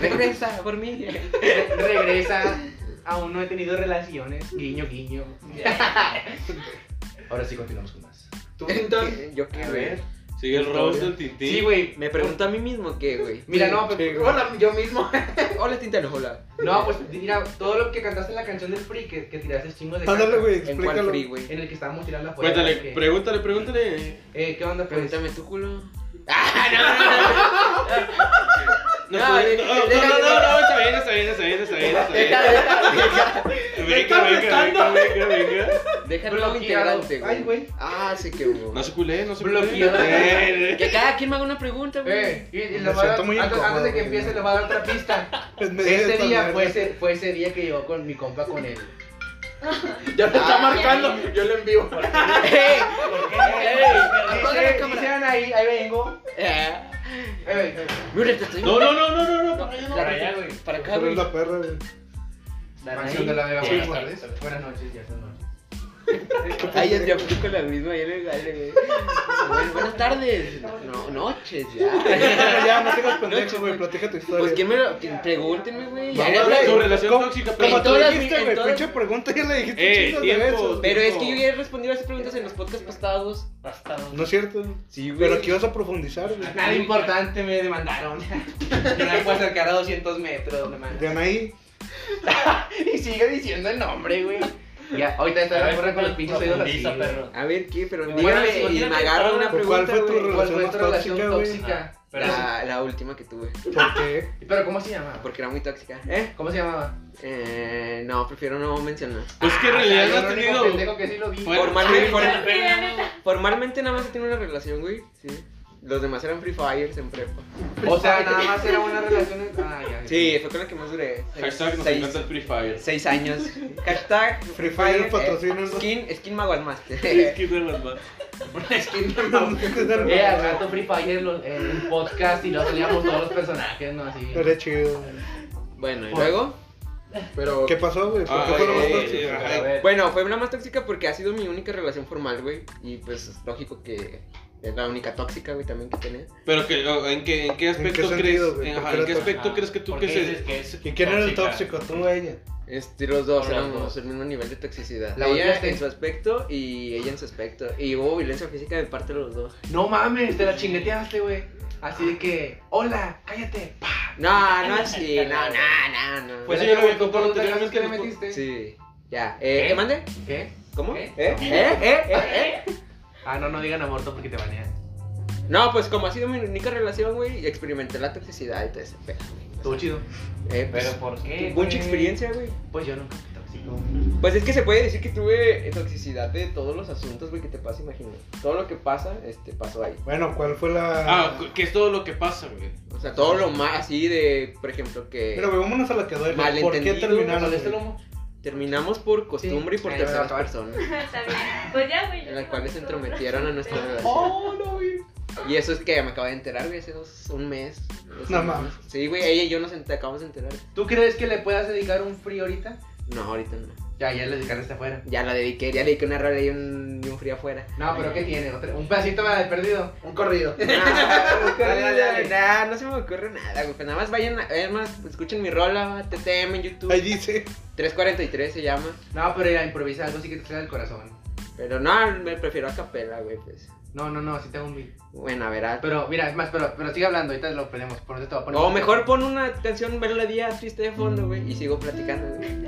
S3: Regresa por mí.
S1: Re- regresa, aún no he tenido relaciones. Guiño, guiño. Ahora sí continuamos con más.
S4: Tú, Tintan,
S3: Yo qué, güey.
S5: Sigue el roast del Tintín.
S1: Sí, güey.
S3: Me pregunto a mí mismo qué, güey.
S1: Mira, no, pero-
S2: Sí, güey.
S4: Hola, yo mismo.
S3: Hola, Tintán, hola.
S1: no, pues mira, todo lo que cantaste en la canción del Free, que, que tiraste chingos de
S2: Ándale,
S1: caca,
S2: güey,
S3: ¿En cuál
S2: explícalo.
S3: free, güey?
S1: En el que estábamos tirando la fuerza.
S5: Cuéntale, pregúntale, pregúntale.
S1: eh, ¿Qué onda, pues?
S3: Pregúntame tu culo. ¡Ah, no,
S5: No,
S1: Ah,
S3: No,
S5: no,
S3: de-
S5: no, no,
S3: deja-
S5: no, no, está bien, está bien, está bien, está bien, está bien. Venga, venga, venga, venga, venga.
S3: no! Déjalo
S1: Bloqueado.
S3: nuevo integrante, güey.
S1: Ay, güey.
S3: Ah, sí que hubo.
S5: No se culé, no se
S1: Bloqueado.
S5: culé.
S3: Que cada quien me haga una pregunta, güey.
S1: Eh, y, y le
S2: Me
S1: voy a dar-
S2: siento muy
S1: antes,
S2: incómodo,
S1: antes de que
S2: güey.
S1: empiece, le voy a dar otra pista.
S2: En medio de
S1: Ese
S2: estas
S1: día
S2: madres.
S1: fue ese, fue ese día que yo con mi compa con él.
S4: Ya te está
S3: Ah,
S4: marcando. Yo le envío.
S3: ¡Ey!
S1: Apaga la cámara. Dicen ahí, ahí vengo.
S3: Eh,
S1: Eh, eh,
S3: Mira, te estoy
S5: No, no, no, no, no, no, para allá no.
S6: Para allá, güey.
S3: para acá,
S2: Pero
S3: güey.
S2: es la perra, güey.
S1: Mansión de la Vega,
S6: Sí,
S1: buenas
S6: buenas
S1: tardes. Buenas noches, ya son noches.
S3: Ay, ya te aplico la misma, ya le gale, güey. Bueno, buenas tardes. No, noches, ya.
S2: Ya, no tengas
S3: Noche,
S2: pendejo, güey,
S3: güey.
S2: platica tu historia.
S3: Pues que me lo. que pregúntenme, güey.
S2: Vamos,
S3: Ya,
S2: güey.
S3: güey.
S5: Tu relación
S2: ¿Cómo-
S5: tóxica,
S3: en
S2: Como
S5: pero
S2: tú
S3: todas-
S2: dijiste,
S3: en
S2: güey,
S3: todas-
S2: pinche pregunta ya le dijiste
S5: Eh,
S2: chingos de
S5: tiempo.
S2: veces.
S3: Pero es que yo ya he respondido a esas preguntas en los podcasts pasados.
S6: Bastardo.
S2: No es cierto.
S3: Sí, güey.
S2: Pero aquí vas a profundizar, güey.
S1: Nada importante me demandaron. Yo me puedo acercar a 200 metros, me
S2: De
S1: mandan.
S2: Anaí.
S1: Y sigue diciendo el nombre, güey. Ya, ahorita
S6: A
S1: está
S6: ver,
S1: la porra con los pinches oídos así.
S6: profundiza,
S1: güey.
S6: perro.
S3: A ver, ¿qué? Pero
S6: Bueno,
S3: dígame
S1: si
S3: y
S6: imagínate
S3: me agarra
S6: todo,
S3: una
S2: ¿por cuál
S3: pregunta,
S2: fue tu
S3: güey.
S2: relación?
S1: ¿Cuál fue tu relación
S2: Tóxica, güey.
S1: tóxica?
S6: Ah, Pero
S3: La, la última que tuve.
S2: ¿Por qué?
S1: Pero ¿cómo se llamaba?
S3: Porque era muy tóxica. ¿Eh?
S1: ¿Cómo se llamaba?
S3: Eh, no, prefiero no mencionar.
S5: Pues que en realidad no
S1: Yo
S5: has
S1: el único
S5: tenido.
S1: pendejo que sí lo vi.
S5: Bueno,
S3: Formalmente,
S5: sí.
S3: formal-
S7: Sí, la neta.
S3: formalmente nada más tiene una relación, güey. Sí. Los demás eran Free Fires en prepa.
S1: O sea, nada más era una relación. en- Ah, ya.
S3: Sí, fue con la que más duré. Seis-
S5: Hashtag nos
S3: seis-
S5: encanta el Free Fire.
S3: Seis años. Hashtag eh,
S2: Free Fire, patrocínanos.
S3: skin, skin Maguas Master.
S5: Es que de las más.
S1: Eh, al rato Free Fire lo- en un podcast y luego salíamos todos los personajes, ¿no? Así.
S2: Pero es chido. güey.
S3: bueno, y luego.
S4: Pero.
S2: ¿Qué pasó, güey? ¿Por qué
S5: Ah,
S2: fue lo más
S5: eh,
S2: tóxico?
S5: eh,
S6: A ver.
S3: Bueno, fue la más tóxica porque ha sido mi única relación formal, güey. Y pues es lógico que es la única tóxica, güey, también que tenía.
S5: Pero que, o- ¿en qué, en qué aspecto
S2: sentido,
S5: crees?
S2: güey?
S5: en-
S2: ¿Por
S5: ajá,
S2: qué
S5: ¿En qué
S2: era
S5: aspecto crees que tú
S6: ¿Por
S5: que
S6: qué dices
S5: se...
S6: que es
S2: ¿Y quién era el
S6: tóxica?
S2: tóxico? ¿Tú o ella?
S3: Este, los dos
S6: Los
S3: éramos
S6: dos.
S3: el mismo nivel de toxicidad.
S1: La
S3: ella
S1: golpeaste.
S3: en su aspecto y ella en su aspecto. Y hubo violencia física de parte de los dos.
S1: No mames, te la chingueteaste, güey. Así de que, hola, cállate. pa.
S3: No, no así, no, no, no, no.
S1: Fue
S5: Pues
S1: la
S5: sí, yo lo
S1: que me
S5: vi
S1: contó
S5: con-
S1: los vergazos que le
S5: con-
S1: metiste.
S3: Sí, ya. Eh, ¿Qué mande?
S1: ¿Qué?
S3: ¿Cómo?
S1: ¿Eh?
S3: ¿Eh? ¿Eh? ¿Eh? ¿Eh? ¿Eh?
S1: Ah, no, no digan aborto porque te banean.
S3: No, pues como ha sido mi única relación, güey, experimenté la toxicidad y todo ese pedo.
S1: Estuvo chido.
S3: Eh, pues,
S6: ¿Pero por qué?
S3: mucha
S6: güey?
S3: experiencia, güey.
S1: Pues yo nunca fui tóxico.
S3: Pues es que se puede decir que tuve toxicidad de todos los asuntos, güey, que te pasa, imagínate. Todo lo que pasa, este, pasó ahí.
S2: Bueno, ¿cuál fue la...?
S5: Ah, cu- que es todo lo que pasa, güey.
S3: O sea, todo lo más así de, por ejemplo, que
S2: Pero, güey, vámonos a la que duele. ¿Por qué
S3: Malentendido,
S2: terminaron?
S1: ¿Dónde está el
S2: güey?
S1: humo?
S3: terminamos por costumbre y por
S1: Ahí va a
S3: terceras
S1: acabar.
S3: personas,
S7: Está bien. Pues ya, güey.
S3: en las cuales se entrometieron a nuestra relación.
S1: Oh, no, güey.
S3: Y eso es que me acabo de enterar, güey, hace dos, un mes. Los
S2: No
S3: hermanos.
S2: mames.
S3: Sí, güey, ella y yo nos ent- acabamos de enterar.
S1: ¿Tú crees que le puedas dedicar un free ahorita?
S3: No, ahorita no.
S1: Ya, ya le dedicaste afuera.
S3: Ya la dediqué, ya le dediqué una rola y un, y un frío afuera.
S1: No, pero ¿qué tiene? ¿Otra- ¿Un pedacito más de perdido? Un corrido.
S3: No, no, no, no, no se me ocurre nada, güey. Pues nada más vayan, a- es más, escuchen mi rola, va, TTM en YouTube.
S2: Ahí dice.
S3: 343 se llama.
S1: No, pero ya, improvisa algo así que te salga del corazón.
S3: Pero no, me prefiero a capela, güey, pues.
S1: No, no, no, así te hago un beat.
S3: Bueno, verás.
S1: Pero, mira, es más, pero, pero sigue hablando, ahorita lo ponemos. Por eso te voy a poner.
S3: O mejor pon una canción melodía triste de fondo, güey, y sigo platicando, güey.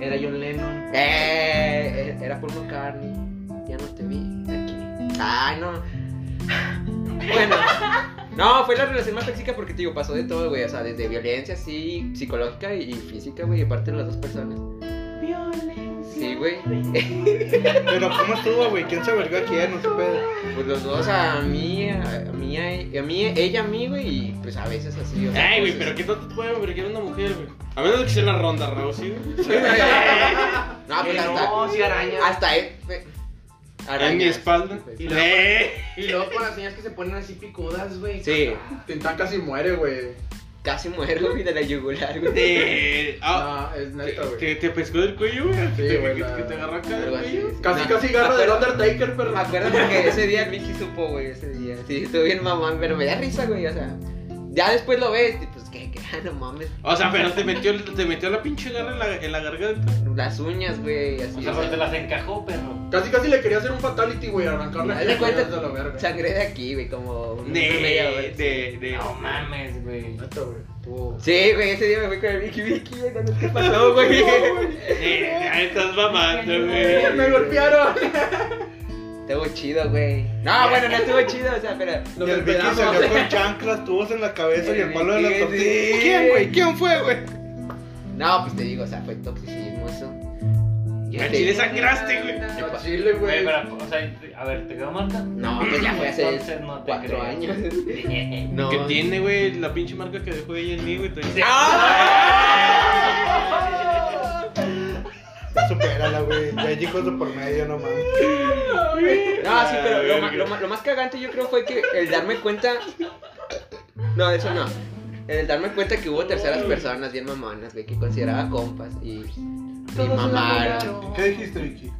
S1: Era John Lennon.
S3: Eh, eh, era Paul McCartney. Ya no te vi aquí. Ay, no. Bueno. No, fue la relación más tóxica porque te digo, pasó de todo, güey. O sea, desde violencia, sí, psicológica y, y física, güey, de parte de las dos personas. Sí, güey.
S2: Pero ¿cómo estuvo, güey? ¿Quién se vergó a quién? No se pedo.
S3: Pues los dos a mí, a, a mí, a, a mí, ella a mí, güey, y pues a veces así. o sea, pues,
S5: Ay, güey,
S3: cosas.
S5: pero ¿qué tanto puede verguer una mujer, güey? A menos que sea la ronda, Raúl, sí, güey.
S3: No,
S1: Que
S3: pues hasta.
S1: no, sí, araña.
S3: Hasta él. fue-
S5: En mi espalda.
S1: Y luego, y luego con las señas que se ponen así picudas, güey.
S3: Sí,
S4: Tintán casi muere, güey.
S3: casi muero, güey, de la yugular, güey.
S5: Te- ah,
S4: No, es
S5: te-
S4: neta, güey.
S5: te, te pescó del cuello, güey.
S4: Sí,
S5: te,
S4: güey,
S5: que,
S4: la-
S5: que te agarró acá del
S3: Algo así.
S5: cuello.
S4: Casi,
S3: No,
S4: casi garra
S3: me
S4: del
S3: acuerdo-
S4: Undertaker, perro.
S3: Me acuerdo porque ese día Vicky supo, güey, ese día. Sí, estuvo bien mamón, pero me da risa, güey, o sea. Ya después lo ves, y pues que, que, ah, no mames,
S5: O sea, pero te metió, el- te metió la pinche garra en la, en la garganta.
S3: las uñas, güey, así.
S6: O sea,
S3: o
S6: pues
S3: sea,
S6: te las encajó, perro.
S4: Casi, casi le quería hacer un fatality, güey, arrancarle.
S3: Haz
S4: aquí,
S3: de
S4: güey,
S3: cuenta,
S4: hasta la verga.
S3: sangre de aquí, güey, como una media hora.
S5: De, de, de.
S6: No mames, güey.
S4: Neta, güey. Estuvo-
S3: Sí, güey, ese día me fui con el Vicky Vicky, güey, no sé qué pasó, güey.
S5: de- ahí estás mamando,
S4: Eh, Me
S5: güey.
S4: golpearon.
S3: Estuvo chido, güey. No, bueno, no estuvo chido, o sea, pero.
S2: Y el Vicky salió con chanclas, tubos en la cabeza y el palo de la
S3: Sí,
S2: tortilla.
S3: sí.
S2: ¿Quién, güey? ¿Quién fue, güey?
S3: No, pues te digo, o sea, fue toxicismo eso. Y
S5: Al
S3: este-
S5: chile sangraste, güey.
S4: No, Chile,
S6: Güey,
S4: güey.
S6: pero, o sea, a ver, ¿te quedó marca?
S3: No, pues ya fue hace
S6: Entonces no te
S3: cuatro
S6: creo.
S3: años. No.
S5: Que tiene, güey, la pinche marca que dejó ella en mí, güey. todavía- Ah,
S2: Supérala, güey. Ya hay hijos de por medio, no mames.
S3: No, Ah, sí, pero lo, ma- lo ma- lo más cagante yo creo fue que el darme cuenta. No, eso no. El darme cuenta que hubo terceras personas bien mamonas, güey, que consideraba compas y. Y mamar.
S4: ¿Qué dijiste, Vicky?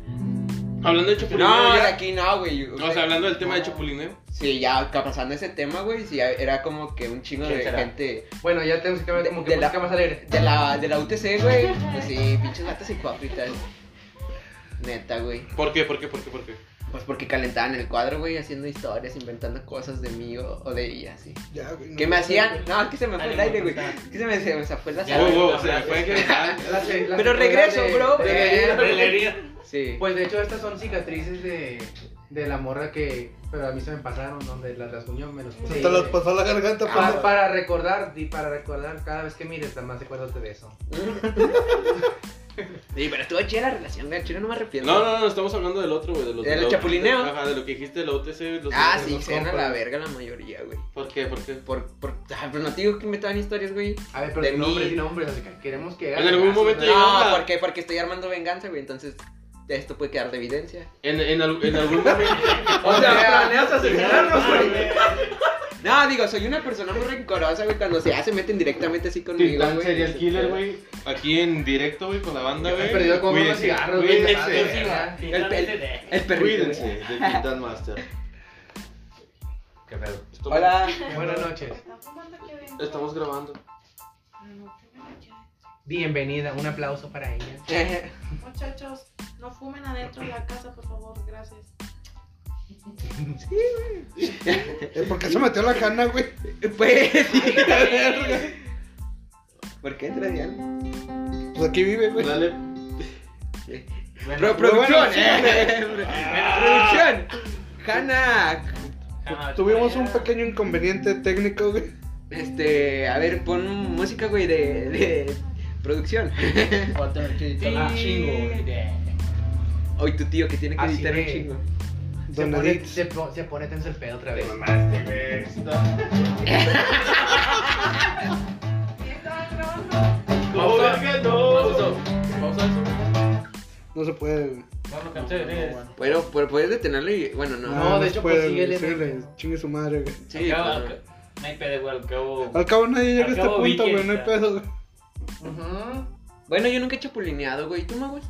S5: Hablando de chapulineo.
S3: No, de
S5: ya-
S3: aquí no, güey.
S5: O sea, hablando del tema de ¿eh? chapulineo.
S3: Sí, ya ca- pasando ese tema, güey, sí, ya era como que un chingo
S6: ¿Quién
S3: de
S6: será?
S3: gente.
S1: Bueno, ya tenemos que ver como que
S3: De la-
S1: música más alegre.
S3: De la, de la UTC, güey. Pues sí, pinches gatas hipócritas. Neta, güey.
S5: ¿Por qué? ¿Por qué? ¿Por qué? ¿Por qué?
S3: Pues porque calentaban el cuadro, güey, haciendo historias, inventando cosas de mí o, o de ella, sí.
S2: Ya, güey. no.
S3: Que me hacían. No, es que se me fue el
S6: Ánimo,
S3: aire, güey.
S6: puta.
S3: Es que se me, se me zafó la
S6: Ya,
S5: Wow,
S3: sal.
S6: güey.
S5: wow, se me fue que. ah,
S1: Las- las
S3: Pero
S1: secuelas
S3: regreso,
S1: de-
S3: bro.
S1: de-
S3: Eh,
S6: De la herida.
S3: Sí.
S1: Pues de hecho estas son cicatrices de, de la morra que, pero a mí se me pasaron, donde las rasguñó me los puse.
S2: Se te los pasó a la garganta,
S1: Ah,
S2: pues.
S1: para recordar, y para recordar cada vez que mires, nada más acuérdate de eso.
S3: Sí, pero estuvo chida la relación, güey. Chile no me arrepiento.
S5: No, no, no, estamos hablando del otro, güey. De los-
S3: ¿Del
S5: de lo-
S3: chapulineo?
S5: Ajá, de lo que dijiste de la UTC. los-
S3: Ah,
S5: los-
S3: sí,
S5: los
S3: se a
S5: compas.
S3: la verga la mayoría, güey.
S5: ¿Por qué? ¿Por qué?
S3: Por, por, ah, pero no te digo que inventaban historias, güey.
S1: A ver, pero
S3: De
S1: sin
S3: mí.
S1: nombres, sin nombres, así que queremos que...
S5: En algún momento llegó
S3: No,
S5: la-
S3: ¿por qué? Porque estoy armando venganza, güey. Entonces, esto puede quedar de evidencia.
S5: En, en, al- en algún momento.
S4: O sea, planeas asesinarnos, güey.
S3: No, digo, soy una persona muy rencorosa, güey. Cuando se hacen, meten directamente así conmigo.
S5: Titán
S3: güey.
S5: serial killer, güey. Aquí en directo, güey, con la banda, güey.
S1: He perdido como unos
S5: Cuídense,
S1: cigarros, güey.
S5: cuídense,
S1: de la-
S6: Sí,
S3: El,
S6: también
S3: el,
S6: te de-
S3: el perrito.
S5: Cuídense
S3: güey.
S5: de Titan Master.
S6: Qué pedo.
S5: Esto-
S3: Hola.
S1: Buenas noches.
S5: Estamos grabando.
S1: Bienvenida, un aplauso para ella.
S8: Muchachos, no fumen adentro de la casa, por favor, gracias.
S2: Eh, ¿Por qué se metió la cana, güey?
S3: Pues sí, la verga. ¿Por qué entra Diana?
S2: Pues aquí vive, güey.
S5: Dale.
S3: Pro- producción, eh. Producción. Hanna.
S6: Ah,
S2: Tuvimos un
S6: ya.
S2: pequeño inconveniente técnico, güey.
S3: Este, a ver, pon música, güey, de, de producción.
S1: Ah, chingo, güey.
S3: Hoy tu tío que tiene que
S1: Así
S3: editar un
S1: de-
S3: chingo.
S1: Se
S2: Don
S1: pone,
S2: Edith.
S1: se, po- se pone tenso el pedo otra vez.
S2: No se puede, güey.
S6: Bueno, canciones.
S3: Bueno, pero puedes detenerlo y. Bueno, no.
S1: No, de hecho, pues, síguele,
S2: síguele,
S1: güey.
S2: Chingue su madre, güey.
S3: Sí,
S6: Acaba-
S3: pero-
S6: No hay pedo, güey, al cabo.
S2: Al cabo nadie llega a
S6: Al
S2: este
S6: cabo
S2: punto,
S6: Vicky
S2: güey, no hay
S6: está.
S2: pedo. güey.
S3: Bueno, yo nunca he chapulineado, güey. ¿Tú, Maguas?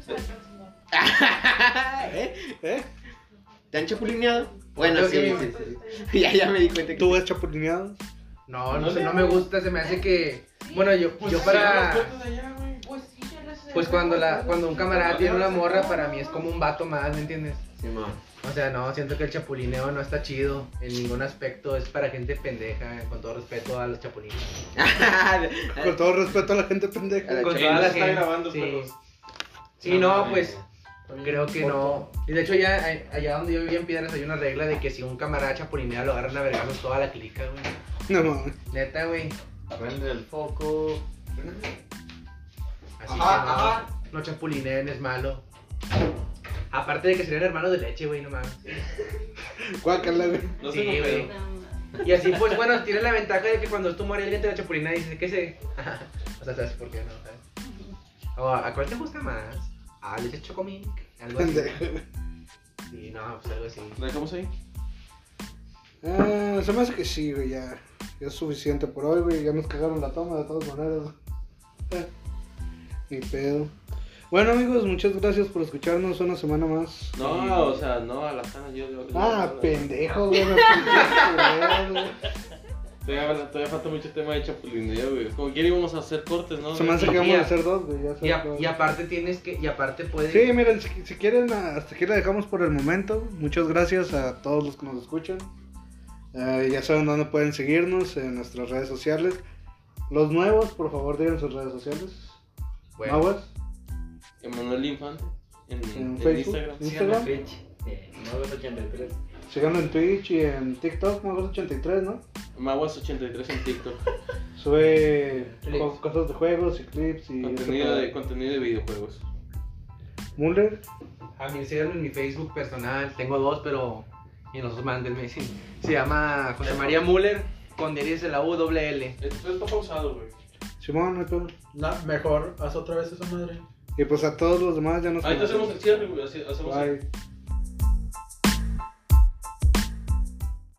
S8: Eso me cansa, no.
S3: ¿Eh?
S2: ¿Eh?
S3: ¿Te han chapulineado? Bueno,
S1: Creo que
S3: sí.
S1: sí,
S8: Está- está bien.
S3: Ya, ya me di cuenta que.
S2: ¿Tú Eh. ves chapulineado?
S1: No, no, sé, no me gusta, se me hace que. Bueno, yo, yo para.
S8: Pues sí, ya lo sé.
S1: Pues cuando, la, cuando un camarada tiene una morra, para mí es como un vato más, ¿me entiendes?
S3: Sí, ma.
S1: O sea, no, siento que el chapulineo no está chido en ningún aspecto. Es para gente pendeja, con todo respeto a los chapulines.
S2: Con todo respeto a la gente
S3: A
S2: pendeja.
S3: la-
S1: Con
S5: Sí,
S1: toda
S5: no
S1: la
S5: está
S1: gente,
S5: grabando,
S1: sí.
S5: perros.
S1: Sí, no,
S6: mames.
S1: pues creo que no. Y de hecho, ya a- allá donde yo vivía en Piedras hay una regla de que si un camarada chapulinea lo agarran a vergasos toda la clica, güey.
S2: No mames.
S1: Neta, güey.
S6: Prende el foco.
S1: Así que no, no chapulineen, es malo. Aparte de que serían hermanos de leche, güey, no mames.
S2: Guácala, güey.
S5: No
S1: Sí,
S5: se me
S1: güey.
S5: pedo.
S1: Y así, pues bueno, tiene la ventaja de que cuando tú mueres alguien te la chapulina y dices, ¿qué sé? o sea, ¿sabes por qué no? ¿sabes? O, ¿a cuál te gusta más? Ah, le dices chocomilk, algo así.
S2: Pendejo.
S1: Sí, no, pues algo así.
S5: ¿La dejamos ahí?
S2: Ah, se me hace que sí, güey, ya. Ya es suficiente por hoy, güey. Ya nos cagaron la toma de todas maneras. Eh, Ni pedo. Bueno, amigos, muchas gracias por escucharnos una semana más.
S5: No,
S2: Y-
S5: o sea, no, a la sana yo. yo- yo-
S2: Ah,
S5: yo-
S2: pendejo, güey. me puse culero, güey.
S5: Todavía, todavía falta mucho tema de chapulineo, güey. Como quiera íbamos a hacer cortes, ¿no?
S2: Se me hace que
S1: Y
S2: vamos a
S1: a-
S2: hacer dos, güey. Ya se
S1: Y, a-
S2: acabó.
S1: y aparte tienes que, y aparte puedes...
S2: Sí, miren, si, si quieren, hasta aquí la dejamos por el momento. Muchas gracias a todos los que nos escuchan. Eh, ya saben dónde pueden seguirnos en nuestras redes sociales. Los nuevos, por favor, digan sus redes sociales.
S1: Bueno,
S2: Nahuas,
S5: Emanuel Infante. En,
S2: en
S5: en
S2: Facebook,
S5: Instagram.
S2: Instagram.
S6: Twitch. Eh, 983.
S2: Síganlo en Twitch y en TikTok, Maguas83, ¿no?
S5: Maguas83 en TikTok.
S2: Sube
S1: Clips.
S2: co- cosas de juegos y clips y...
S5: contenido, de, contenido de videojuegos.
S2: Muller,
S1: a mí síganme en mi Facebook personal, tengo dos, pero... Y nosotros mándenme, sí. Se llama José María Müller, con D10 de la U, doble L.
S5: Esto está pausado, güey.
S2: Pues Simón, no todo.
S4: No, mejor, haz otra vez esa madre.
S2: Y pues a todos los demás ya nos
S5: Ahí te hacemos
S2: conocen.
S5: el cierre, güey. así- Hacemos el-
S2: Bye.